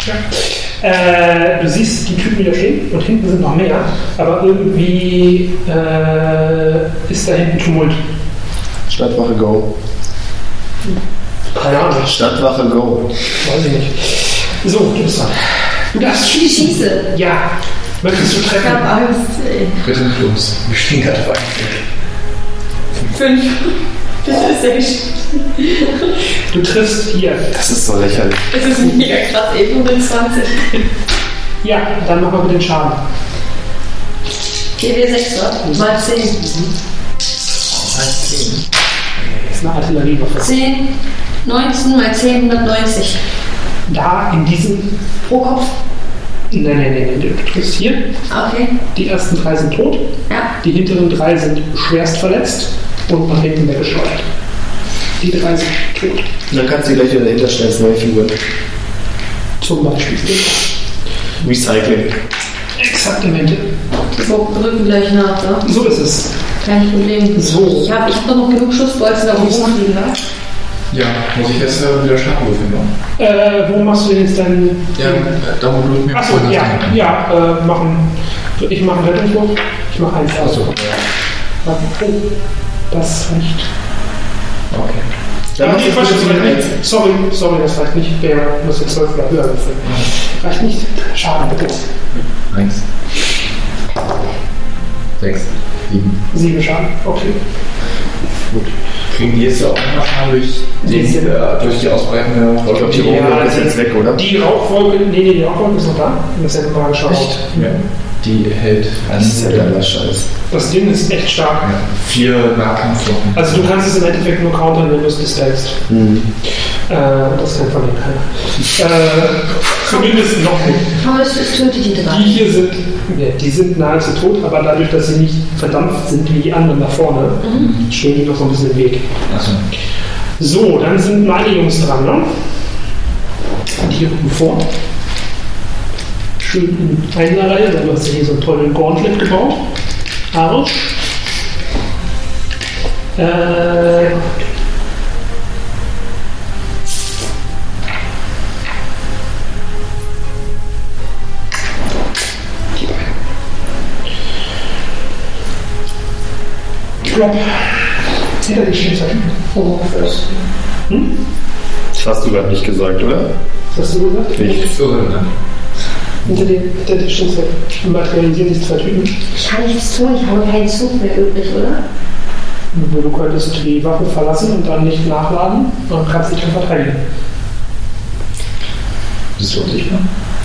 Ja. Äh, du siehst die Typen, die da stehen, und hinten sind noch mehr, aber irgendwie äh, ist da hinten Tumult. Stadtwache Go. Keine Ahnung, Stadtwache Go. weiß ich nicht. So, du bist dran. Du darfst Ich schießen. schieße. Ja. Möchtest du Ich hab treffen? Angst, ey. Bitte nicht los. Wir stehen gerade auf einem Weg. Fünf. Das ist echt. Du triffst hier. Das ist so lächerlich. Das ist mega krass. Eben um den 20. Ja, dann machen wir mit den Schaden. 4W6, oder? Mal 10. Das ist eine Artilleriewaffe. 10. 19 mal 10, 190. Da in diesem. Pro Kopf. Nein, nein, nein, nein. Du triffst hier. Okay. Die ersten drei sind tot. Ja. Die hinteren drei sind schwerst verletzt und nach hinten weggeschleudert. Die drei sind tot. Und dann kannst du gleich wieder dahinter stellen, als neue Figuren. Zum Beispiel. Recycling. Exakte Mente. So, drücken gleich nach, da. So ist es. Kein Problem. So. Ich hab, ich hab noch genug Schussbolzen da rumliegen, ne? Ja, muss ich jetzt äh, wieder Schlagwürfe machen. Äh, wo machst du denn jetzt deinen. äh, da wo du mir Achso, vorhin ja, hast. ja, äh, machen. Ich mache einen Rettungswurf. Ich mache eins. Achso, Warte, oh, Das reicht. okay. Ja, Dann nee, mach Quatsch, das das bitte reicht wieder nicht. Sorry, sorry, das reicht nicht. Der muss jetzt 12 oder höher würfeln. Reicht nicht. Schade, bitte. Eins. Sechs. Sieben. 7 Schaden. Okay. Gut. Kriegen die jetzt ja auch nochmal Schaden durch, den, äh, durch die ausbreitende Ich glaube, die Ja, Rohre ist das jetzt ist- weg, oder? Die Rauchwolke, nee, nee, die Rauchwolke ist noch da. Das ist ja mal geschaut. Echt? Ja. Die hält an. Das ist ja geiler Scheiß. Das Ding ist echt stark. Ja. Vier Nahkampfwochen. Also du kannst es im Endeffekt nur countern, wenn du es distanzt. Mhm. Äh, das kann von dem keiner. Äh, zumindest noch nicht. Aber es, es tötet die drei. Die hier sind, ja, die sind nahezu tot, aber dadurch, dass sie nicht verdampft sind wie die anderen da vorne, stehen die noch so ein bisschen im Weg. Achso. So, dann sind meine Jungs dran, ne? Die rufen vor. Schön in einer Reihe, weil du hast ja hier so einen tollen Gauntlet gebaut. Arsch. Äh. Drop. Hinter die Schnitzern. Oh, first. Das hast du gerade nicht gesagt, oder? Was hast du gesagt? Nicht. Viertel, ne? Hinter dir, hinter dir steht so, materialisieren sich zwei Typen. Ich kann nichts tun, ich habe keinen Zug mehr übrig, oder? Du könntest die Waffe verlassen und dann nicht nachladen und kannst dich dann verteidigen. Bist du unsicher?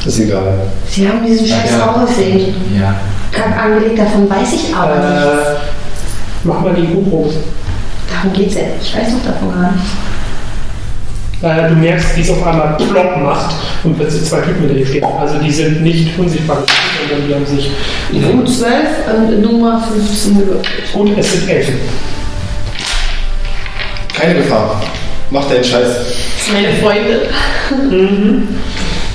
Ist egal. Sie haben diesen scheiß Ja. Raucheffekt Ja. gerade angelegt, davon weiß ich aber nichts. Äh, mach mal die Guru. Darum geht's ja. Ich weiß doch davon gar nichts. Äh, du merkst, wie es auf einmal plopp macht und plötzlich zwei Typen hinter dir stehen. Also die sind nicht unsichtbar, gewesen, sondern die haben sich. Gut 12 und Äh, Nummer 15 gewürfelt. Gut, es sind Elfen. Keine Gefahr. Mach deinen Scheiß. Meine Freunde.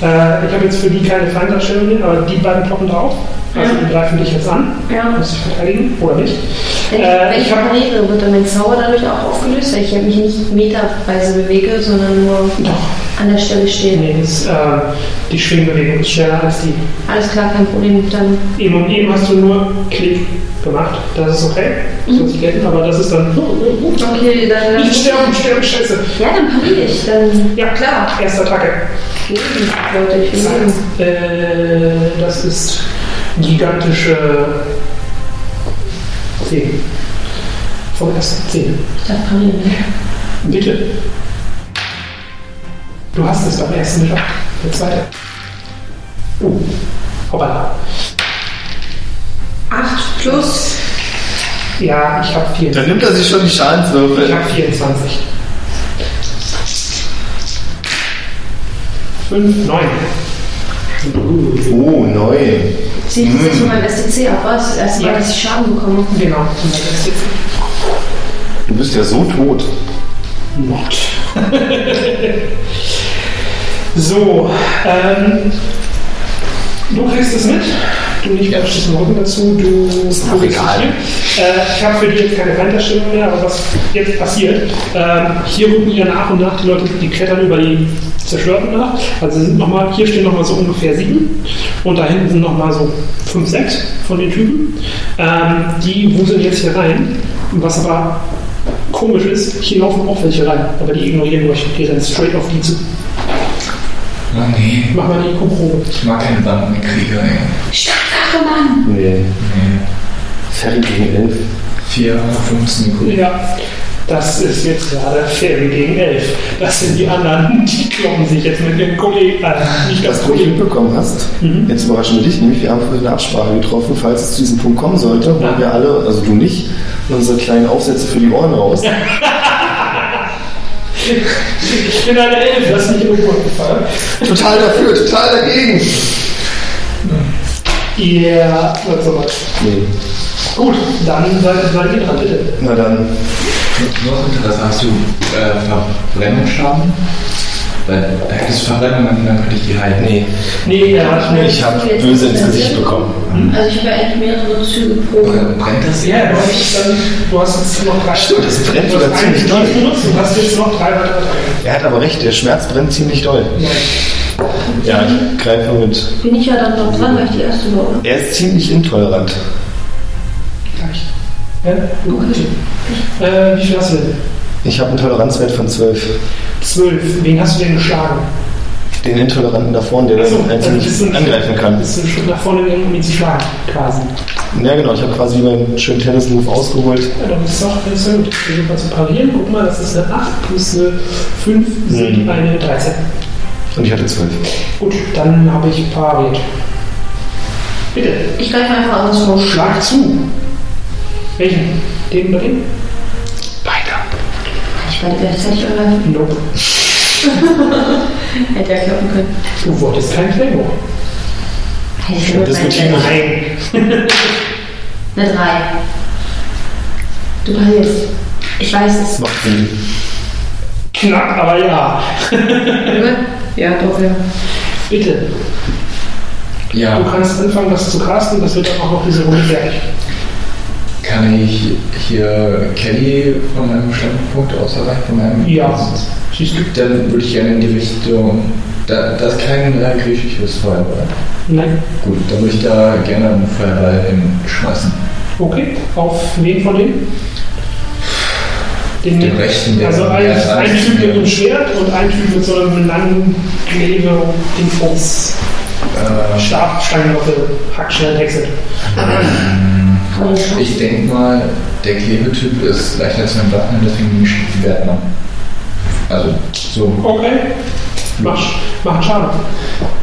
Äh, ich habe jetzt für die keine Feindarstellung, mehr, aber die beiden ploppen da auf. Also die greifen dich jetzt an. Ja. Muss ich verteidigen oder nicht? Wenn ich, Äh, wenn ich ich hab- pariere, wird dann mein Zauber dadurch auch aufgelöst, weil ich ja mich nicht meterweise bewege, sondern nur Doch. an der Stelle stehe. Nee, ist, äh, die Schwingbewegung ist schneller als die Alles klar, kein Problem. Dann Eben und eben hast du nur Klick gemacht. Das ist okay. Das wird sich gelten, aber das ist dann. Okay, dann. äh, Nicht sterben, sterben, scheiße. Ja, dann pariere ich. Dann. Ja, klar. Mhm. Erste Attacke. Leben, Leute, ich will Zack. leben. Äh, das ist gigantische 10. Vom ersten 10. Ich darf parieren, ne? Bitte. Du hast es beim ersten geschafft. Der zweite. Uh. Hoppala. 8 plus. Ja, ich habe 24. Dann nimmt er sich schon die Ich Schadenswürfel. habe 24. 5, 9. Genau. Oh, neu. Zieht Mhm. mm. sich von meinem STC ab, was? Das erste Mal, Ja. dass ich Schaden bekomme. Genau. Und dann ist jetzt Du bist ja so tot. Not. so, ähm, du kriegst es mit. Du nicht ja. den Rücken dazu. Du ist auch egal. Äh, ich habe für dich jetzt keine Reinterstellung mehr, aber was jetzt passiert, ähm, hier rücken ja nach und nach die Leute, die klettern über die Zerstörten nach. Also sind noch mal, hier stehen nochmal so ungefähr sieben und da hinten sind nochmal so fünf, sechs von den Typen. Ähm, die wuseln jetzt hier rein, was aber komisch ist, hier laufen auch welche rein, aber die ignorieren euch. Geht dann straight auf die zu. Oh nee. Mach mal eine IQ-Probe. um. Ich mag keine Bandenkrieger, ey. Starkwache Mann! Nee. Nee. Ferry gegen elf. Vier, 15 Kugeln. Ja, das ist jetzt gerade Fairy gegen Elf. Das sind die anderen, die kloppen sich jetzt mit ihrem Kollegen an. Nicht das Das, was du Kollegen. mitbekommen hast, Mhm. jetzt überraschen wir dich nämlich, wir haben vorhin eine Absprache getroffen, falls es zu diesem Punkt kommen sollte, holen Ja. wir alle, also du nicht, unsere kleinen Aufsätze für die Ohren raus. Ich bin eine Elf, das ist nicht irgendwo gefallen. (laughs) Total dafür, total dagegen. Ja, wird sowas. Nee. Gut, dann seid seid ihr dran, bitte. Na dann, Nur aus Interesse, hast du äh, Verbrennungsschaden? Weil da hättest du Verbrennung, dann dann könnte ich die halten. nee. Nee, er hat nicht. Ich habe böse ins Gesicht bekommen. Also, ich habe ja eigentlich mehrere Züge pro. Oder brennt das? Ja, du hast, jetzt dann, du hast jetzt noch drei. Stimmt, das brennt Du hast sogar einen ziemlich Knopf doll. benutzt und hast jetzt noch drei weitere Attacken. Er hat aber recht, der Schmerz brennt ziemlich doll. Ja, Mhm. ich greife mit. Bin ich ja dann noch dran, weil ich die erste war, oder? Er ist ziemlich intolerant. Gleich. Ja, gut. Äh, wie viel hast du denn? Ich habe einen Toleranzwert von 12. 12. Wen hast du denn geschlagen? Den Intoleranten da vorne, der Achso, den Einzelnen bist du- nicht angreifen kann. Bist du einen Schritt nach vorne gegangen, um ihn zu schlagen, quasi. Ja, genau. Ich habe quasi meinen schönen Tennis-Move ausgeholt. Ja, dann ist es auch ganz gut. Ich versuche mal zu parieren. Guck mal, das ist eine 8 plus eine 5 sind Mhm. eine 13. Und ich hatte 12. Gut, dann habe ich pariert. Bitte, Ich greife einfach andersrum. schlag zu. Welchen? Den oder den? Beide. Ich beide gleichzeitig angreifen. Nope. Hätte er klappen können. Du wolltest kein Claymore. Hätte ich nur Das mein wird schlimmer. Gleichzeitig. Nein. Eine 3. Du parierst. Ich weiß es. Macht Sinn. Knapp, aber ja. Ja, doch, ja. Bitte, du Ja, kannst anfangen, das zu casten. Das wird dann auch noch diese Runde fertig. kann ich hier Kelly von meinem Standpunkt aus erreichen? Von meinem Ja. Siehst du? Dann würde ich gerne in die Richtung. Da, das ist kein äh, griechisches Feuerball. Nein. Gut, dann würde ich da gerne einen Feuerball hinschmeißen. Okay, auf wen von denen? Den, Den rechten, der- Also ein, der ist ein alles- Typ mit einem Schwert und ein Typ mit so einem langen Knebel und den Fuchs. Äh, Stabsteinwaffe, Hackschwert, Hexe. ich denke mal, der Klebetyp ist leichter als mein Waffen, deswegen nehme ich die Wert an. Also, so. Okay, mach, mach Schaden.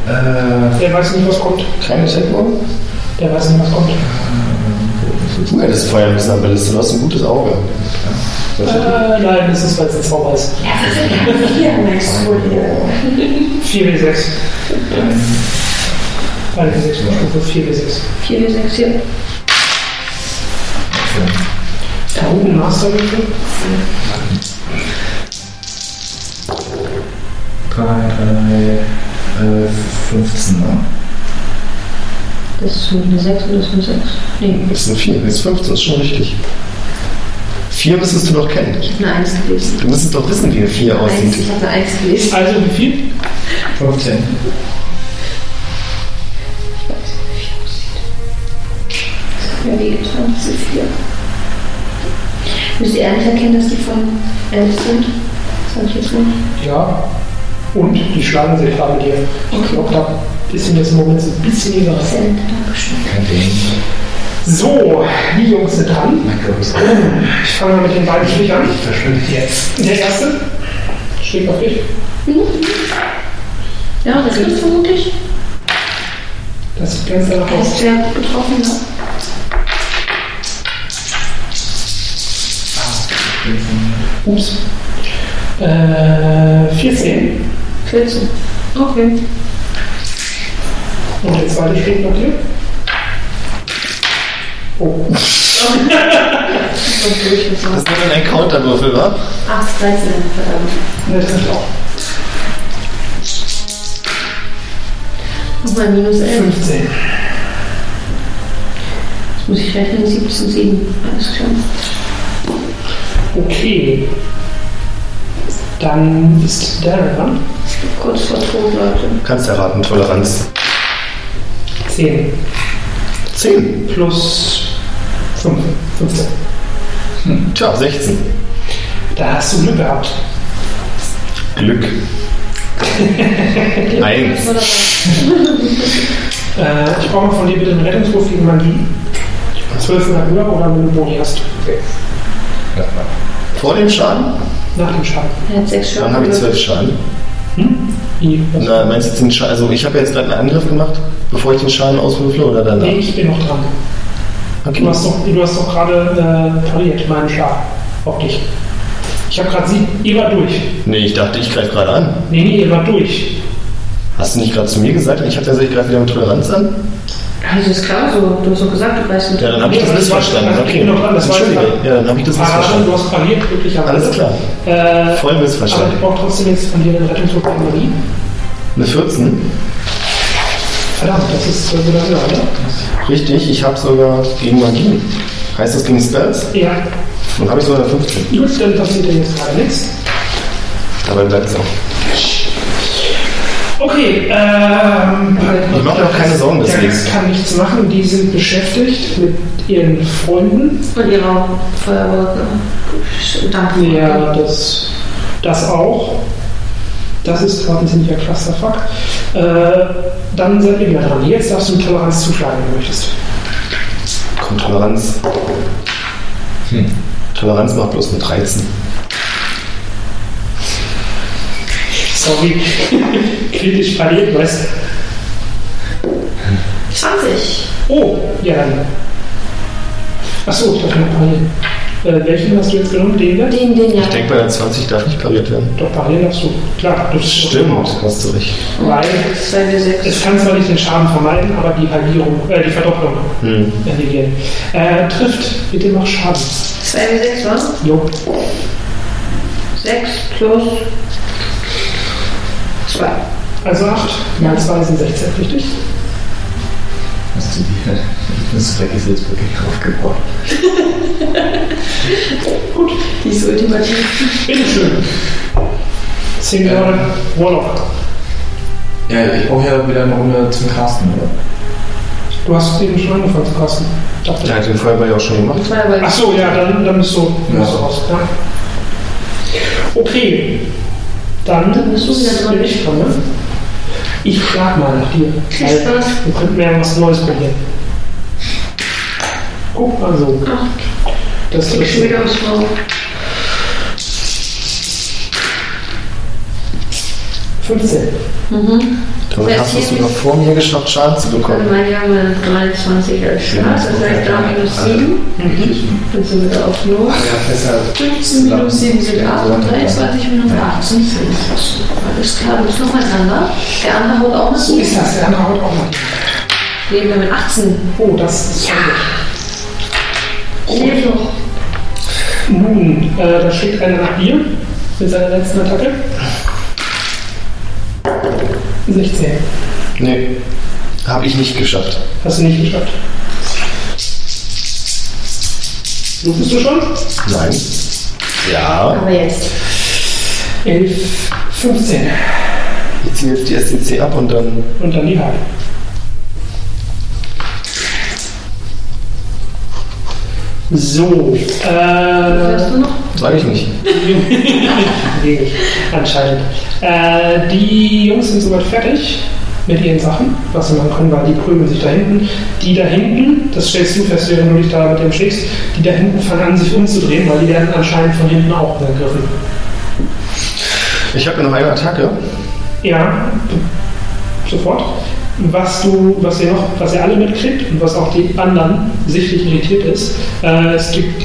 Äh, Der weiß nicht, was kommt. Keine Checkbox? Der weiß nicht, was kommt. Du hättest Feuer müssen am Balliste. Du hast ein gutes Auge. Äh, nein, das ist, weil es ein Zauber ist. (laughs) Hier, merkst du hier. 4W6. 1W6 Stufe 4W6. 4, 4, 6, 4. Da oben Masterwürfel. 3, 3, äh, 15. ne? Das ist eine 6 und das ist eine 6. Nee, Das sind 4, jetzt 15, das ist schon richtig. 4 müsstest du doch kennen. ich habe eine 1 gelesen. Du müsstest doch wissen, wie eine 4 Eins, ich aussieht. habe eine 1 gelesen. Also wie viel? 15. Ja, wie getan, das ist 4. Müsst ihr ehrlich erkennen, dass die von 11 sind? Das habe ich jetzt nicht. Ja, und die schlagen sich gerade mit dir. Ich glaube, da ist ihnen jetzt im Moment so ein bisschen egal. Cent, Dankeschön. Kein Ding. So, die Jungs sind dran. Mein Gott, was- Ich fange mal mit den beiden Schlägern an. ich verschwinde jetzt. Der erste schlägt auf dich. Ja, das ist vermutlich. Das sieht ganz danach Das aus. ist sehr ne? gut getroffen, ja. Ups. Äh, 14. 14. Okay. Und der zweite schlägt nach dir. Oh, Und durch mit so Das ist nur ein Counterwürfel, wa? 8, 13, verdammt. ne, das ist auch. Nochmal minus 11. 15. Jetzt muss ich rechnen, 7 zu 7. Alles klar. Okay. Dann ist Darren dran. Ich bin kurz vor Tod, Leute. Kannst erraten, Toleranz. 10 10. plus 5. 15. Tja, 16. Da hast du Glück gehabt. Glück. Eins. Äh, ich brauche mal von dir bitte einen Rettungswurf gegen Magie. 12 oder höher oder wenn du Boni hast. Ja, na. Vor dem Schaden? Nach dem Schaden. Er hat 6 Schaden. Dann habe ich 12 Schaden. Die- Na, meinst du jetzt den Schaden? Also, ich habe jetzt gerade einen Angriff gemacht, bevor ich den Schaden auswürfle oder Nee, danach? ich bin noch dran. Du Okay. hast doch, du hast doch gerade äh, pariert meinen Schlag auf dich. Ich habe gerade sie, ihr war durch. Nee, ich dachte, ich greife gerade an. Nee, nee, ihr war durch. Hast du nicht gerade zu mir gesagt, ich habe gesagt, ich greife wieder mit Toleranz an? Also ist klar so. Du hast doch gesagt, du weißt nicht. Ja, dann habe ich das Nee, das war- missverstanden. das Okay. ging noch dran, das war- Ah. Entschuldige. Ja, dann habe ich das Parade, missverstanden. du hast pariert, glücklicherweise. Alles klar. Äh, Voll aber ich missverstanden. brauche trotzdem jetzt von dir einen Rettungswurf gegen Magie. Eine 14. Verdammt, das ist äh, wieder höher, oder? Richtig, ich habe sogar gegen Magie. Heißt das gegen Spells? Ja. Dann habe ich sogar eine 15. Gut, dann passiert dir jetzt gerade nichts. Dabei bleibt es auch. Okay, ähm. Ich mach mir auch keine Sorgen Der deswegen. Gast kann nichts machen, die sind beschäftigt mit ihren Freunden. Und ihre Feuerwerke. Danke. Ja, das, das auch. Das ist gerade ein ziemlicher Clusterfuck. Äh, dann seid ihr wieder dran. Jetzt darfst du mit Toleranz zuschlagen, wenn du möchtest. Komm, Toleranz. Hm. Toleranz macht bloß eine 13. (laughs) Sorry, kritisch pariert, weißt 20. Oh, ja, dann. Achso, ich darf noch parieren. Äh, welchen hast du jetzt genommen? Den da? Den, den ja. Ich denke, bei der 20 darf nicht pariert werden. Doch, parieren darfst du. Klar, das ist Hast du recht. Weil Zwei bis sechs. es kann zwar nicht den Schaden vermeiden, aber die Halbierung, äh, die Verdopplung Hm. erledigen. Äh, trifft, bitte mach Schaden. Zwei bis sechs, was? Jo. Sechs plus zwei. Also 8 mal 2 sind 16, richtig? Hast du die (laughs) Das Dreck ist jetzt wirklich aufgebaut. Die ist ultimativ. Bitteschön. 10 Ja. Jahre Warlock. Ja, ich brauche ja wieder eine Runde zum Casten, oder? Du hast eben schon angefangen zu kosten. Dachte ich. Der hat den Feuerball ja auch schon gemacht. Feuerwerke. Achso, ja, dann, dann bist du, dann bist du Ja. raus. Ja. Okay. Dann, Dann bist du wieder dran. bin ich dran, ne? Ich schlag mal nach dir. Kriegst du was? Wir könnten ja was Neues probieren. Guck mal so. Ach, Das Ah, ich bin ist schon wieder aufs Maul. 15. Mhm. Damit hast du es sogar vor mir geschafft, Schaden zu Dann bekommen. mal ja mal 23 als Start. Das heißt, da minus 7. Mhm. Dann sind wir auf 0. Ja, deshalb. 15 minus 7 sind 8. 23 minus 8 sind 5. Alles klar, du bist nochmal dran, ne? Der andere haut auch mit So ist 7. das. Der andere haut auch mal. Leben wir mit 18. Oh, das ist ja. Ich lebe noch. Nun, äh, da schlägt einer nach dir mit seiner letzten Attacke. 16. Nee. Hab ich nicht geschafft. Hast du nicht geschafft. Suchst du schon? Nein. Ja. Aber jetzt. 11, 15. Ich ziehe jetzt die SCC ab und dann. Und dann die Haare. So, äh, Hörst du noch? Sag ich nicht. Nee, anscheinend. Äh, die Jungs sind soweit fertig mit ihren Sachen. Was sie machen können, weil die prügeln sich da hinten. Die da hinten, das stellst du fest, während du dich da mit dem schlägst, die da hinten fangen an, sich umzudrehen, weil die werden anscheinend von hinten auch angegriffen. Ich habe ja noch eine Attacke. Ja, sofort. Was du, was ihr noch, was ihr alle mitkriegt und was auch die anderen sichtlich irritiert ist, äh, es gibt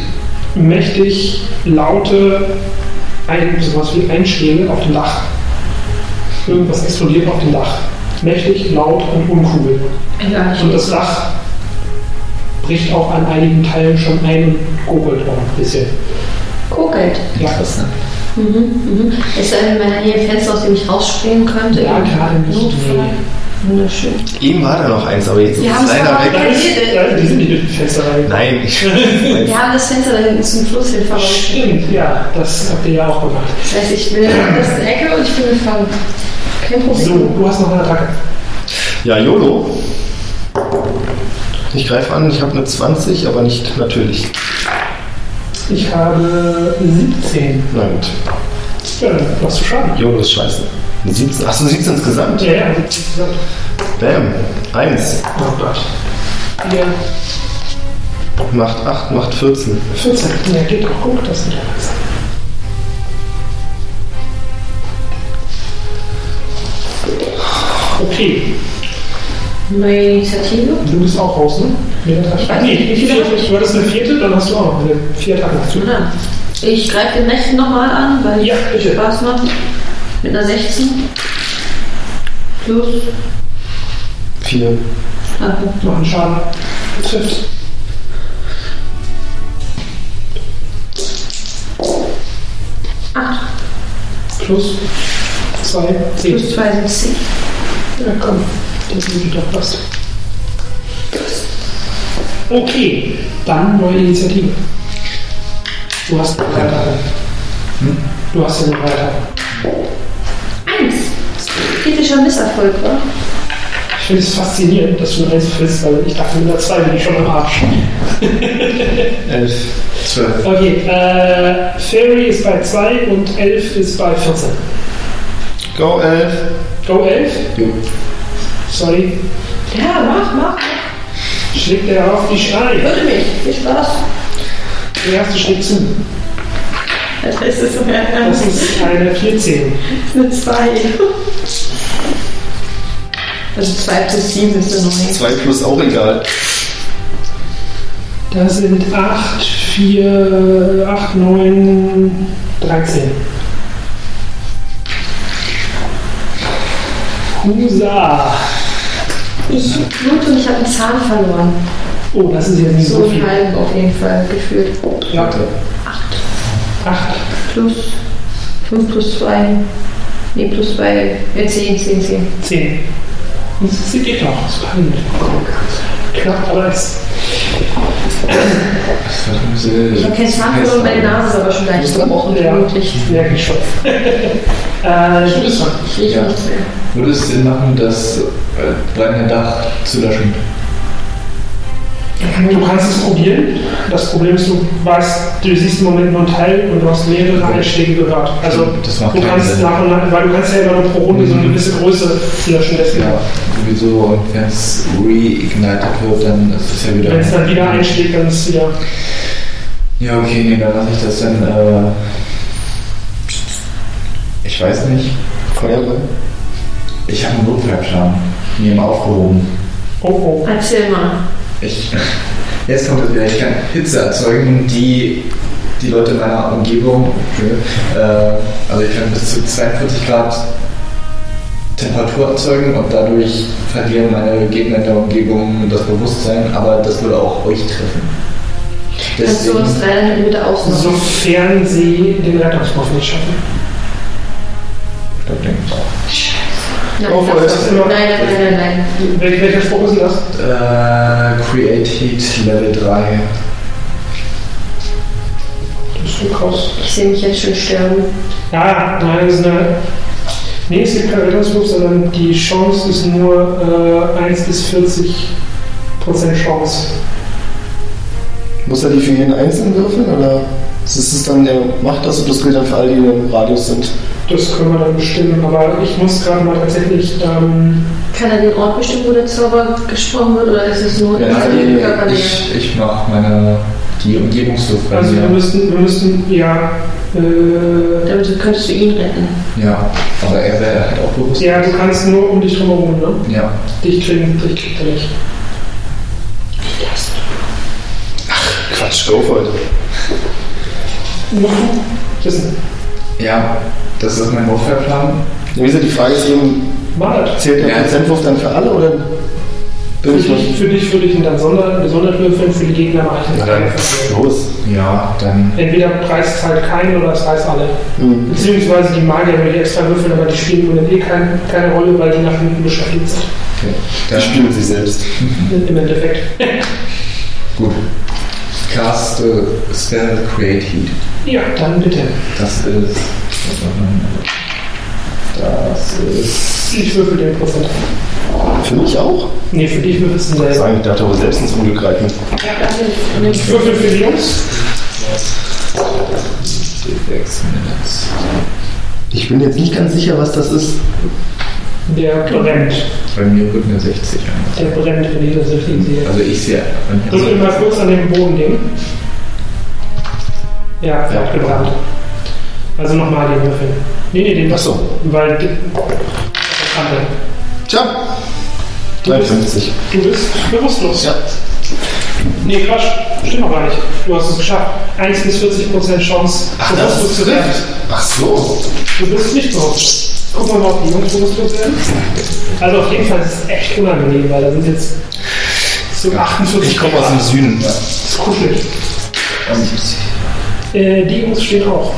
mächtig laute ein, sowas wie Einschläge auf dem Dach. Irgendwas explodiert auf dem Dach. Mächtig, laut und uncool. Ja, Und das Dach bricht auch an einigen Teilen schon ein und gurgelt auch ein bisschen. Kokelt. Ja, Interessant. Mhm, mhm. Ist da in meiner Nähe ein Fenster, aus dem ich rausspringen könnte? Ja, gerade nicht. Notfall. Wunderschön. Eben war da noch eins, aber jetzt ist Wir es haben's leider verraten. Da weg. ist, da, die sind nicht durch die Fenster reingekommen. Nein, ich. Wir haben das Fenster da hinten zum Fluss hin verlassen. Stimmt, ja, das habt ihr ja auch gemacht. Das heißt, ich bin in der ersten Ecke und ich bin gefangen. Kein Problem. So, du hast noch eine Attacke. (laughs) Ja, YOLO. Ich greife an, ich habe eine 20, aber nicht natürlich. Ich habe 17. Na gut. Ja, dann machst du Schaden. YOLO ist scheiße. Eine 17. Achso, 17 insgesamt. Ja, ja, 17 insgesamt. Bam. 1 Oh Gott. Ja, macht 8, macht 14. 14. Ja, geht doch. Guck, das sind ja was. Okay, Neue Initiative. du bist auch raus, ne? Mit der Tasche. Ich weiß Nee, nicht, wie viele vierte. habe ich? du hattest eine vierte, dann hast du auch noch eine vierte Attacke dazu. Ja. Ich greife den nächsten nochmal an, weil Ja, ich bitte. Spaß macht. Mit einer 16. Plus. ah, 4. Danke. Noch einen Schaden. Das trifft. Acht. Plus 2, 10. Plus zwei sind zehn. Ja, komm, das ist doch passt. Okay, dann neue Initiative. Du hast eine weitere. Du hast eine weitere. Eins. kritischer Misserfolg war. Ich finde es faszinierend, dass du eine 1 fällst, weil ich dachte, mit einer 2 bin ich schon am Arsch. Elf. Zwölf. Okay, äh, Fairy ist bei 2 und 11 ist bei 14. Go, elf. Go 11, Jo. sorry, Ja, mach, mach. schlägt er auf die Schreie. Würde mich. Viel Spaß. Der erste schlägt zu. Das ist so mehr. Das ist eine 14. Mit zwei. Also zwei plus sieben ist ja noch nicht. Zwei plus auch egal. Das sind 8, 4, 8, 9, 13. Husa! Ich blute und ich habe einen Zahn verloren. Oh, das ist jetzt nicht So so einen viel. halben auf jeden Fall gefühlt. Ja, Acht 8. plus fünf plus zwei. Nee, plus zwei. Ja, zehn, zehn, zehn. 10. Das sieht ihr doch. Das kann ich. Knapp, aber es. äh, Ich habe keinen Zahn verloren, meine Nase ist aber schon leicht gebrochen. Ja, Vermutlich. ich merke ich schon. (laughs) äh, Ich du bist rieche dran. ich riech Ja. nichts mehr. Würde es Sinn machen, das äh, brennende Dach zu löschen? Du kannst es probieren. Das Problem ist, du weißt, du siehst im Moment nur einen Teil und du hast mehrere Einschläge gehört. Also Das macht du keinen kannst Sinn. Mhm. nach und nach, weil du kannst ja immer nur pro Runde so eine gewisse Größe löschen. Deswegen, Ja, sowieso. Und wenn es reignited wird, dann ist es ja wieder. wenn es dann wieder einschlägt, dann ist es wieder. Ja, okay, nee, dann lasse ich das dann. Äh, ich weiß nicht. Feuerball. Ich habe einen Notfallplan. Mir eben aufgehoben. Oh oh. Erzähl mal. Ich, jetzt kommt es wieder. Ich kann Hitze erzeugen, die die Leute in meiner Umgebung, äh, also ich kann bis zu 42 Grad Temperatur erzeugen und dadurch verlieren meine Gegner in der Umgebung das Bewusstsein, aber das würde auch euch treffen. Kannst du Deswegen, uns 300 Meter ausmachen? Sofern sie den Rettungswurf nicht schaffen. ich glaub, denke ich auch. Nein, Oh, das- das ist immer- nein, nein, nein, nein, nein. Wel welcher Spruch ist denn das? Äh, Create Heat Level 3. Das ist ein Kraus. Ich sehe mich jetzt schon sterben. Ja, nein, das ist eine. Nee, es gibt keinen Rettungswurf, sondern die Chance ist nur äh, 1 bis 40 Prozent Chance. Muss er die für jeden einzeln würfeln oder ist es dann der macht das und das gilt dann für alle, die im Radius sind? Das können wir dann bestimmen, aber ich muss gerade mal tatsächlich. Ähm, Kann er den Ort bestimmen, wo der Zauber gesprochen wird, oder ist es nur Ja, in nee, seinem Körper? Ich, ich mache meine, die Umgebungsluft. Also wir ja. müssten, wir müssten, ja, äh, Damit könntest du ihn retten. ja, aber er wäre halt auch bewusst. ja, du kannst nur um dich drum herum, ne? ja. Dich kriegen, dich kriegt er nicht. Quatsch, go for it. Machen. Wissen. Ja, das ist mein Notfallplan. Wie gesagt, die Frage ist eben, Mal das. zählt der Ja. Prozentwurf dann für alle oder Für bin ich dich, nicht? für dich würde ich ihn dann Sonder, gesondert würfeln, für die Gegner mache ich Ja, einen dann Preis. los. Ja, dann. Entweder Preis zahlt keinen oder es reißt alle. Hm. Beziehungsweise die Magier würde ich extra würfeln, aber die spielen im Moment eh kein, keine Rolle, weil die nach hinten beschäftigt sind. Okay. Die Dann spielen sich selbst. Im Endeffekt. gut. Cast äh, Spell Create Heat. Ja, dann bitte. Das ist. was macht man? Das ist. Ich würfel den Prozent. Für mich auch? Nee, für dich würfelst du Ich selber. eigentlich dachte, aber selbst ins Unglück greifen. Ich würfel für die Jungs. 6 Minutes. Ich bin jetzt nicht ganz sicher, was das ist. Der brennt. Bei mir wird eine 60 Der ein. brennt, wenn ich das richtig sehe. Also ich also, sehe. Drück ihn mal kurz an den Boden legen. Ja, er hat gebrannt. Also nochmal den Würfel. Nee, nee, den. Ach so. Weil. die- das kann er. Tja. 53. Du bist bewusstlos. Ja. Nee, Quatsch. Stimmt doch gar nicht. Du hast es geschafft. 1 bis 40 Prozent Chance, bewusstlos zu werden. Ach so. Du bist nicht bewusstlos. Guck mal, ob die Jungs bewusstlos werden. Also auf jeden Fall ist es echt unangenehm, weil da sind jetzt. So 48 Ich komme aus dem Süden. Das ist kuschelig. Äh, die Jungs stehen auch.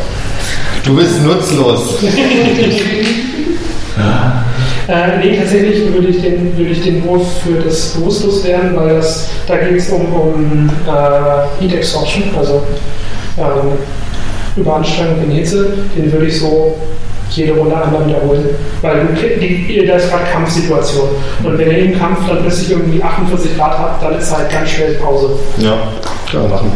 Du bist nutzlos. Äh, nee, tatsächlich würde ich den, würde ich den Wurf für das Bewusstloswerden, weil das, da ging es um, um äh, Heat Exhaustion, also ähm, Überanstrengung in Hitze, den würde ich so jede Runde einmal wiederholen. Weil du, die, die, das ist gerade Kampfsituation. Und wenn ihr im Kampf dann plötzlich irgendwie 48 Grad habt, dann ist halt ganz schnell Pause. Ja, klar machen.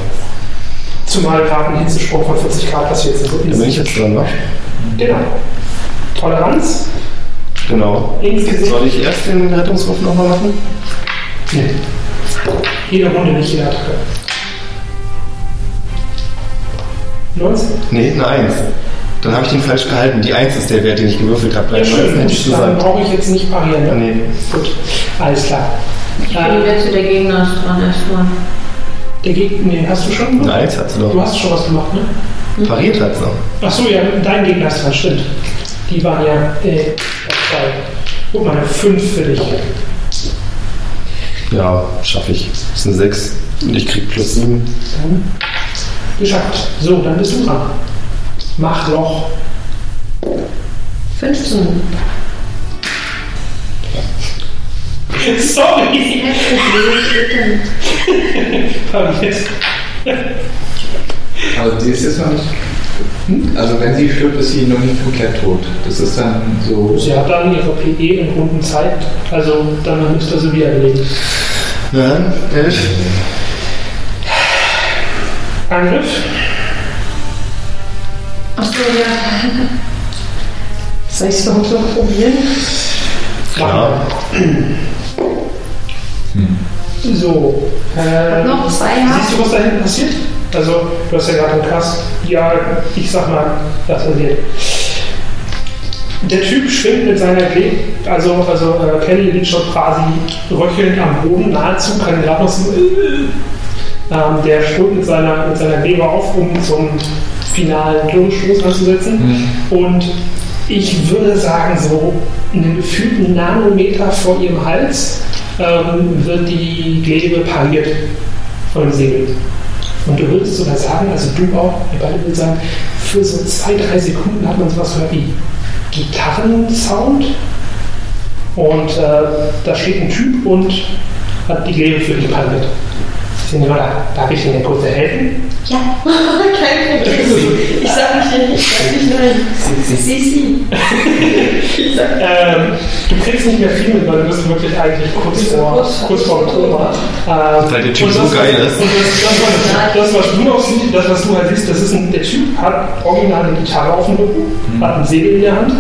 Zumal gerade ein Hitzesprung von 40 Grad passiert ist. Dann bin ich jetzt dran, wa? Genau. Toleranz Genau. insgesamt. Soll ich erst den Rettungswurf nochmal machen? Nee. Jede Runde, nicht jede Attacke. 19? Nee, eine Eins. Dann habe ich den falsch gehalten. Die Eins ist der Wert, den ich gewürfelt habe. Ja, schön. hätte ich Gut, dann gesagt. brauche ich jetzt nicht parieren. Ah, Ne? nee. Gut, alles klar. Ich bin die Äh, letzte, der Gegner ist dran, erstmal. der Gegner, nee, hast du schon? Eine Eins hat sie Du doch. hast schon was gemacht, ne? Pariert hat sie doch. Achso, ja, dein Gegner ist dran, stimmt. Die waren ja, äh, auf zwei. Guck mal, eine 5 für dich. Ja, schaffe ich. ist eine Sechs. Und ich krieg plus sieben. Geschafft. So, dann bist du dran. Mach Loch. 15. (laughs) Sorry! Heftig, wie geht's denn? Pariert. Also die ist jetzt noch nicht. Also wenn sie stirbt, ist sie noch nicht komplett tot. Das ist dann so. (laughs) Sie hat dann ihre PE in Runden Zeit, also dann müsste sie wiederleben. Nein, elf. Angriff? Achso, ja. (laughs) Soll ich es überhaupt noch probieren? Klar. So. Äh, Noch zwei Jahre? Siehst du, was da hinten passiert? Also, du hast ja gerade einen Kass. Ja, ich sag mal, das passiert. Der Typ schwimmt mit seiner Gle also, also äh, Kelly liegt schon quasi röchelnd am Boden, nahezu kann gerade noch so, äh, ähm, Der schwimmt mit seiner, mit seiner Leber auf, um zum finalen Klonstoß anzusetzen. Und ich würde sagen, so einen gefühlten Nanometer vor ihrem Hals ähm, wird die Glebe pariert von dem Segel. Und du würdest sogar sagen, also du auch, wir beide würden sagen, für so zwei, drei Sekunden hat man sowas gehört wie Gitarrensound. Und äh, da steht ein Typ und hat die Glebe für dich pariert. Ich denke mal, darf ich Ihnen kurz helfen? Ja. (laughs) Kein (laughs) Problem. Ich sag nicht, ich sag nicht nein. Sissi. Ich sag Ähm, du kriegst nicht mehr viel mit, weil du bist wirklich eigentlich kurz Ja, vor, kurz vor- kurz vor dem Tod. Ähm, Weil der Typ und so das- geil ist. und Das, das, was- das, was du noch siehst, das, was du halt siehst, das ist ein, der Typ hat original eine Gitarre auf dem Rücken, Mhm. hat einen Säbel in der Hand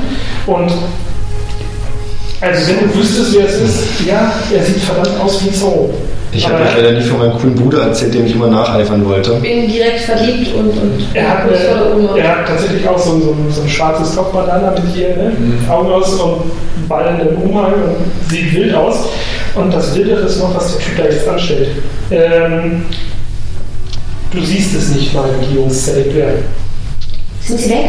und also wenn du wüsstest, wer es ist, ja, er sieht verdammt aus wie Zorro. Ich habe Aber euch leider nicht von meinem coolen Bruder erzählt, dem ich immer nacheifern wollte. bin direkt verliebt und. und er hat, kurz vor der äh, Oma. er hat tatsächlich auch so, ein- so, ein- so ein schwarzes Kopfbandana mit hier, ne? Augen aus und ballenden Umhang und sieht wild aus. Und das Wildere ist noch, was der Typ da jetzt anstellt. Ähm, du siehst es nicht, weil die Jungs zerlegt werden. Sind sie weg?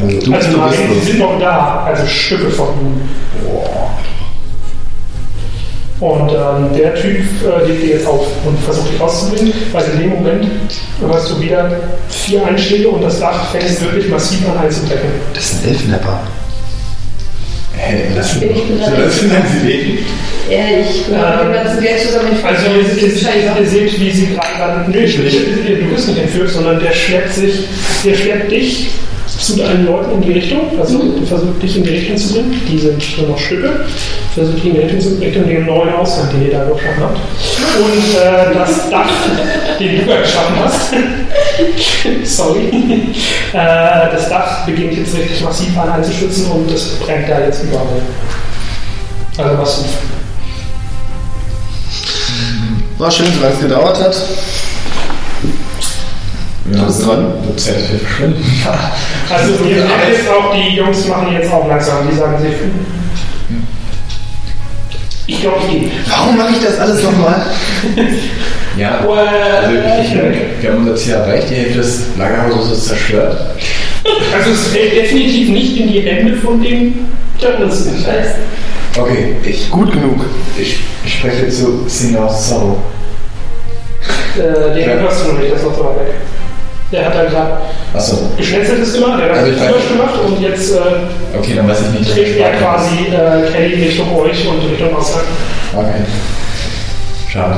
Also du bist also du nein, bist die du. sind noch da, also Stücke von ihnen. Und ähm, der Typ äh, legt dir jetzt auf und versucht dich rauszubringen, weil in dem Moment hörst du wieder vier Einschläge und das Dach fängt wirklich massiv an einzubrechen. Das ist ein Elfenlepper. Hey, das Bin ich bereit? das sind dann sie leben. Ja, ich bin mit dem ganzen Geld zusammen. Ich Ähm, Also ihr, ihr, ihr, ihr seht, wie sie gerade dann. Nee, Ich nicht. ihr- du bist nicht entführt, sondern der schleppt sich, der schleppt dich zu deinen Leuten in die Richtung, also versucht dich in die Richtung zu bringen, die sind nur noch Stücke, versucht dich in die Richtung zu bringen, Richtung den neuen Ausgang, den ihr da geschaffen habt. Und äh, das Dach, den du da geschaffen hast, (laughs) sorry, äh, das Dach beginnt jetzt richtig massiv an einzuschützen und das brennt da jetzt überall. Also was War schön, solange es gedauert hat. Ja, bist dran. Wird Zeit für verschwinden. Also ihr merkt jetzt auch, die Jungs machen jetzt auch langsam, die sagen sich. hm. Ich glaube die. Warum mache ich das alles nochmal? Ja. Also ich, ich Also merke, wir haben unser Ziel erreicht, die Hälfte des Lagerhauses ist zerstört. also, es fällt definitiv nicht in die Hände von dem Terroristen. Okay, ich, Gut genug. ich, ich spreche zu Signor Sorrow. Äh, den hörst du noch nicht, das ist noch so weit weg. Der hat da gerade Achso, geschnetzeltes gemacht, der hat Also ich weiß- das gemacht und jetzt äh, okay, dann weiß ich nicht. trägt wer er quasi äh, Kelly Richtung euch und Richtung Ausgang. Okay. Schade.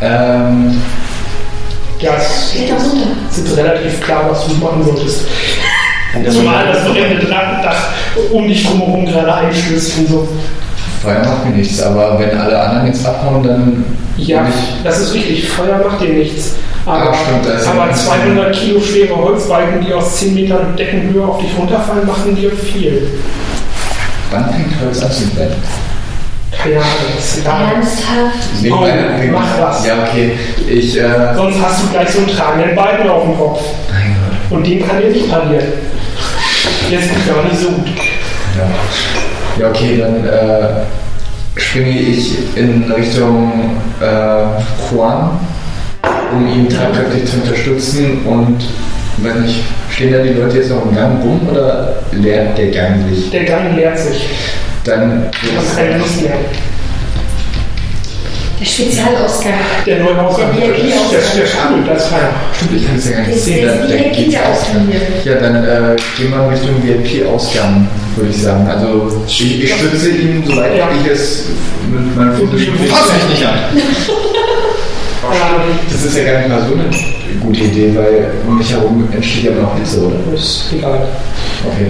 Ähm, Ja, es Geht doch runter. ist jetzt relativ klar, was du machen solltest. Ja, Ja, Zumal das brennende Dach Dach um dich drumherum gerade einstößt und so. Feuer macht mir nichts, aber wenn alle anderen jetzt abhauen, dann. Ja, bin ich- das ist richtig. Feuer macht dir nichts. Aber, Ah, stimmt, da ist ja aber nichts. 200 Kilo schwere Holzbalken, die aus 10 Metern Deckenhöhe auf dich runterfallen, machen dir viel. Wann fängt Holz an zu brennen? Keine Ahnung, das ist egal. Ernsthaft? Wegen Oh, meiner Pink- mach das. Ja, okay. Ich, äh. Sonst hast du gleich so einen tragenden Balken auf dem Kopf. Mein Gott. Und den kann dir nicht parieren. Jetzt ist gar nicht so gut. Ja. Ja, okay, dann äh, springe ich in Richtung äh, Juan, um ihn tatkräftig zu unterstützen und weiß nicht, stehen da die Leute jetzt noch im Gang rum oder leert der Gang sich? Der Gang leert sich. Dann Du hast keine Lust mehr. Der Spezialausgang. Der neue Ausgang. Der VIP-Ausgang. Der, der Schule, das ist keiner. stimmt, ich kann es ja gar Der nicht ist sehen. Dann, der dann VIP geht's der Ausgang hier. Ja, dann äh, gehen wir Richtung VIP-Ausgang, würde ich sagen. Also ich, ich stütze ihn, soweit Ja. ich es mit meinem Fuß Fass mich nicht an! Ähm, Das ist ja gar nicht mal so eine gute Idee, weil um mich herum entsteht ja immer noch Hitze, oder? ist egal. Okay.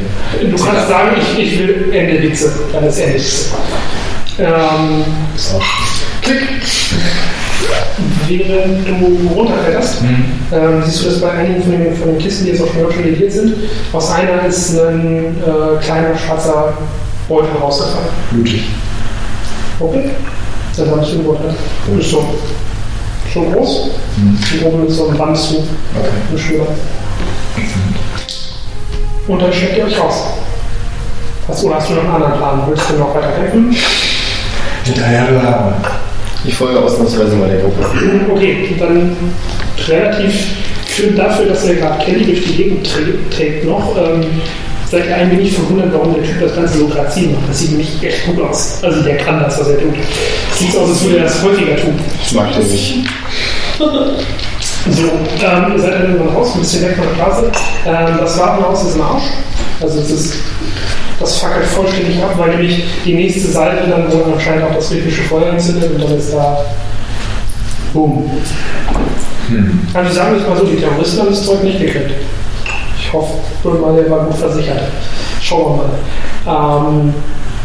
Du kannst sagen, ich, ich will Ende Hitze. Dann ist Ende Hitze. Ähm, So. während du runterfällst, Hm. ähm, siehst du, dass bei einigen von den, von den Kisten, die jetzt auch schon heute lediert sind, aus einer ist ein äh, kleiner schwarzer Beutel rausgefallen. Blutig. Okay. Dann habe ich den Beutel. Gut. Ist so. Schon groß. Hm. Und oben ist so ein Band zu. Okay. Eine Schnur. Und dann schickt ihr euch raus. Hast, oder hast du noch einen anderen Plan? Willst du noch weiter kämpfen? Hinterher du Hammer. Ich folge ausnahmsweise mal der Gruppe. Okay, dann relativ schön dafür, dass er gerade Kelly durch die Gegend trä- trägt noch. Ähm, seid ihr ein wenig verwundert, warum der Typ das Ganze so grazil macht. Das sieht nämlich echt gut aus. Also der kann das, was er tut. Sieht aus, als würde er das häufiger tun. Das mag der nicht. So, ähm, ihr seid dann irgendwann raus, ein bisschen weg von der Straße. Ähm, das Warenhaus ist im Arsch. Also es ist, das fackelt vollständig ab, weil nämlich die nächste Seite dann wohl anscheinend auch das griechische Feuer entzündet und dann ist da Boom. Hm. Also sagen wir es mal so, die Terroristen haben das Zeug nicht gekriegt. Ich hoffe, mal, der war gut versichert. Schauen wir mal. Ähm,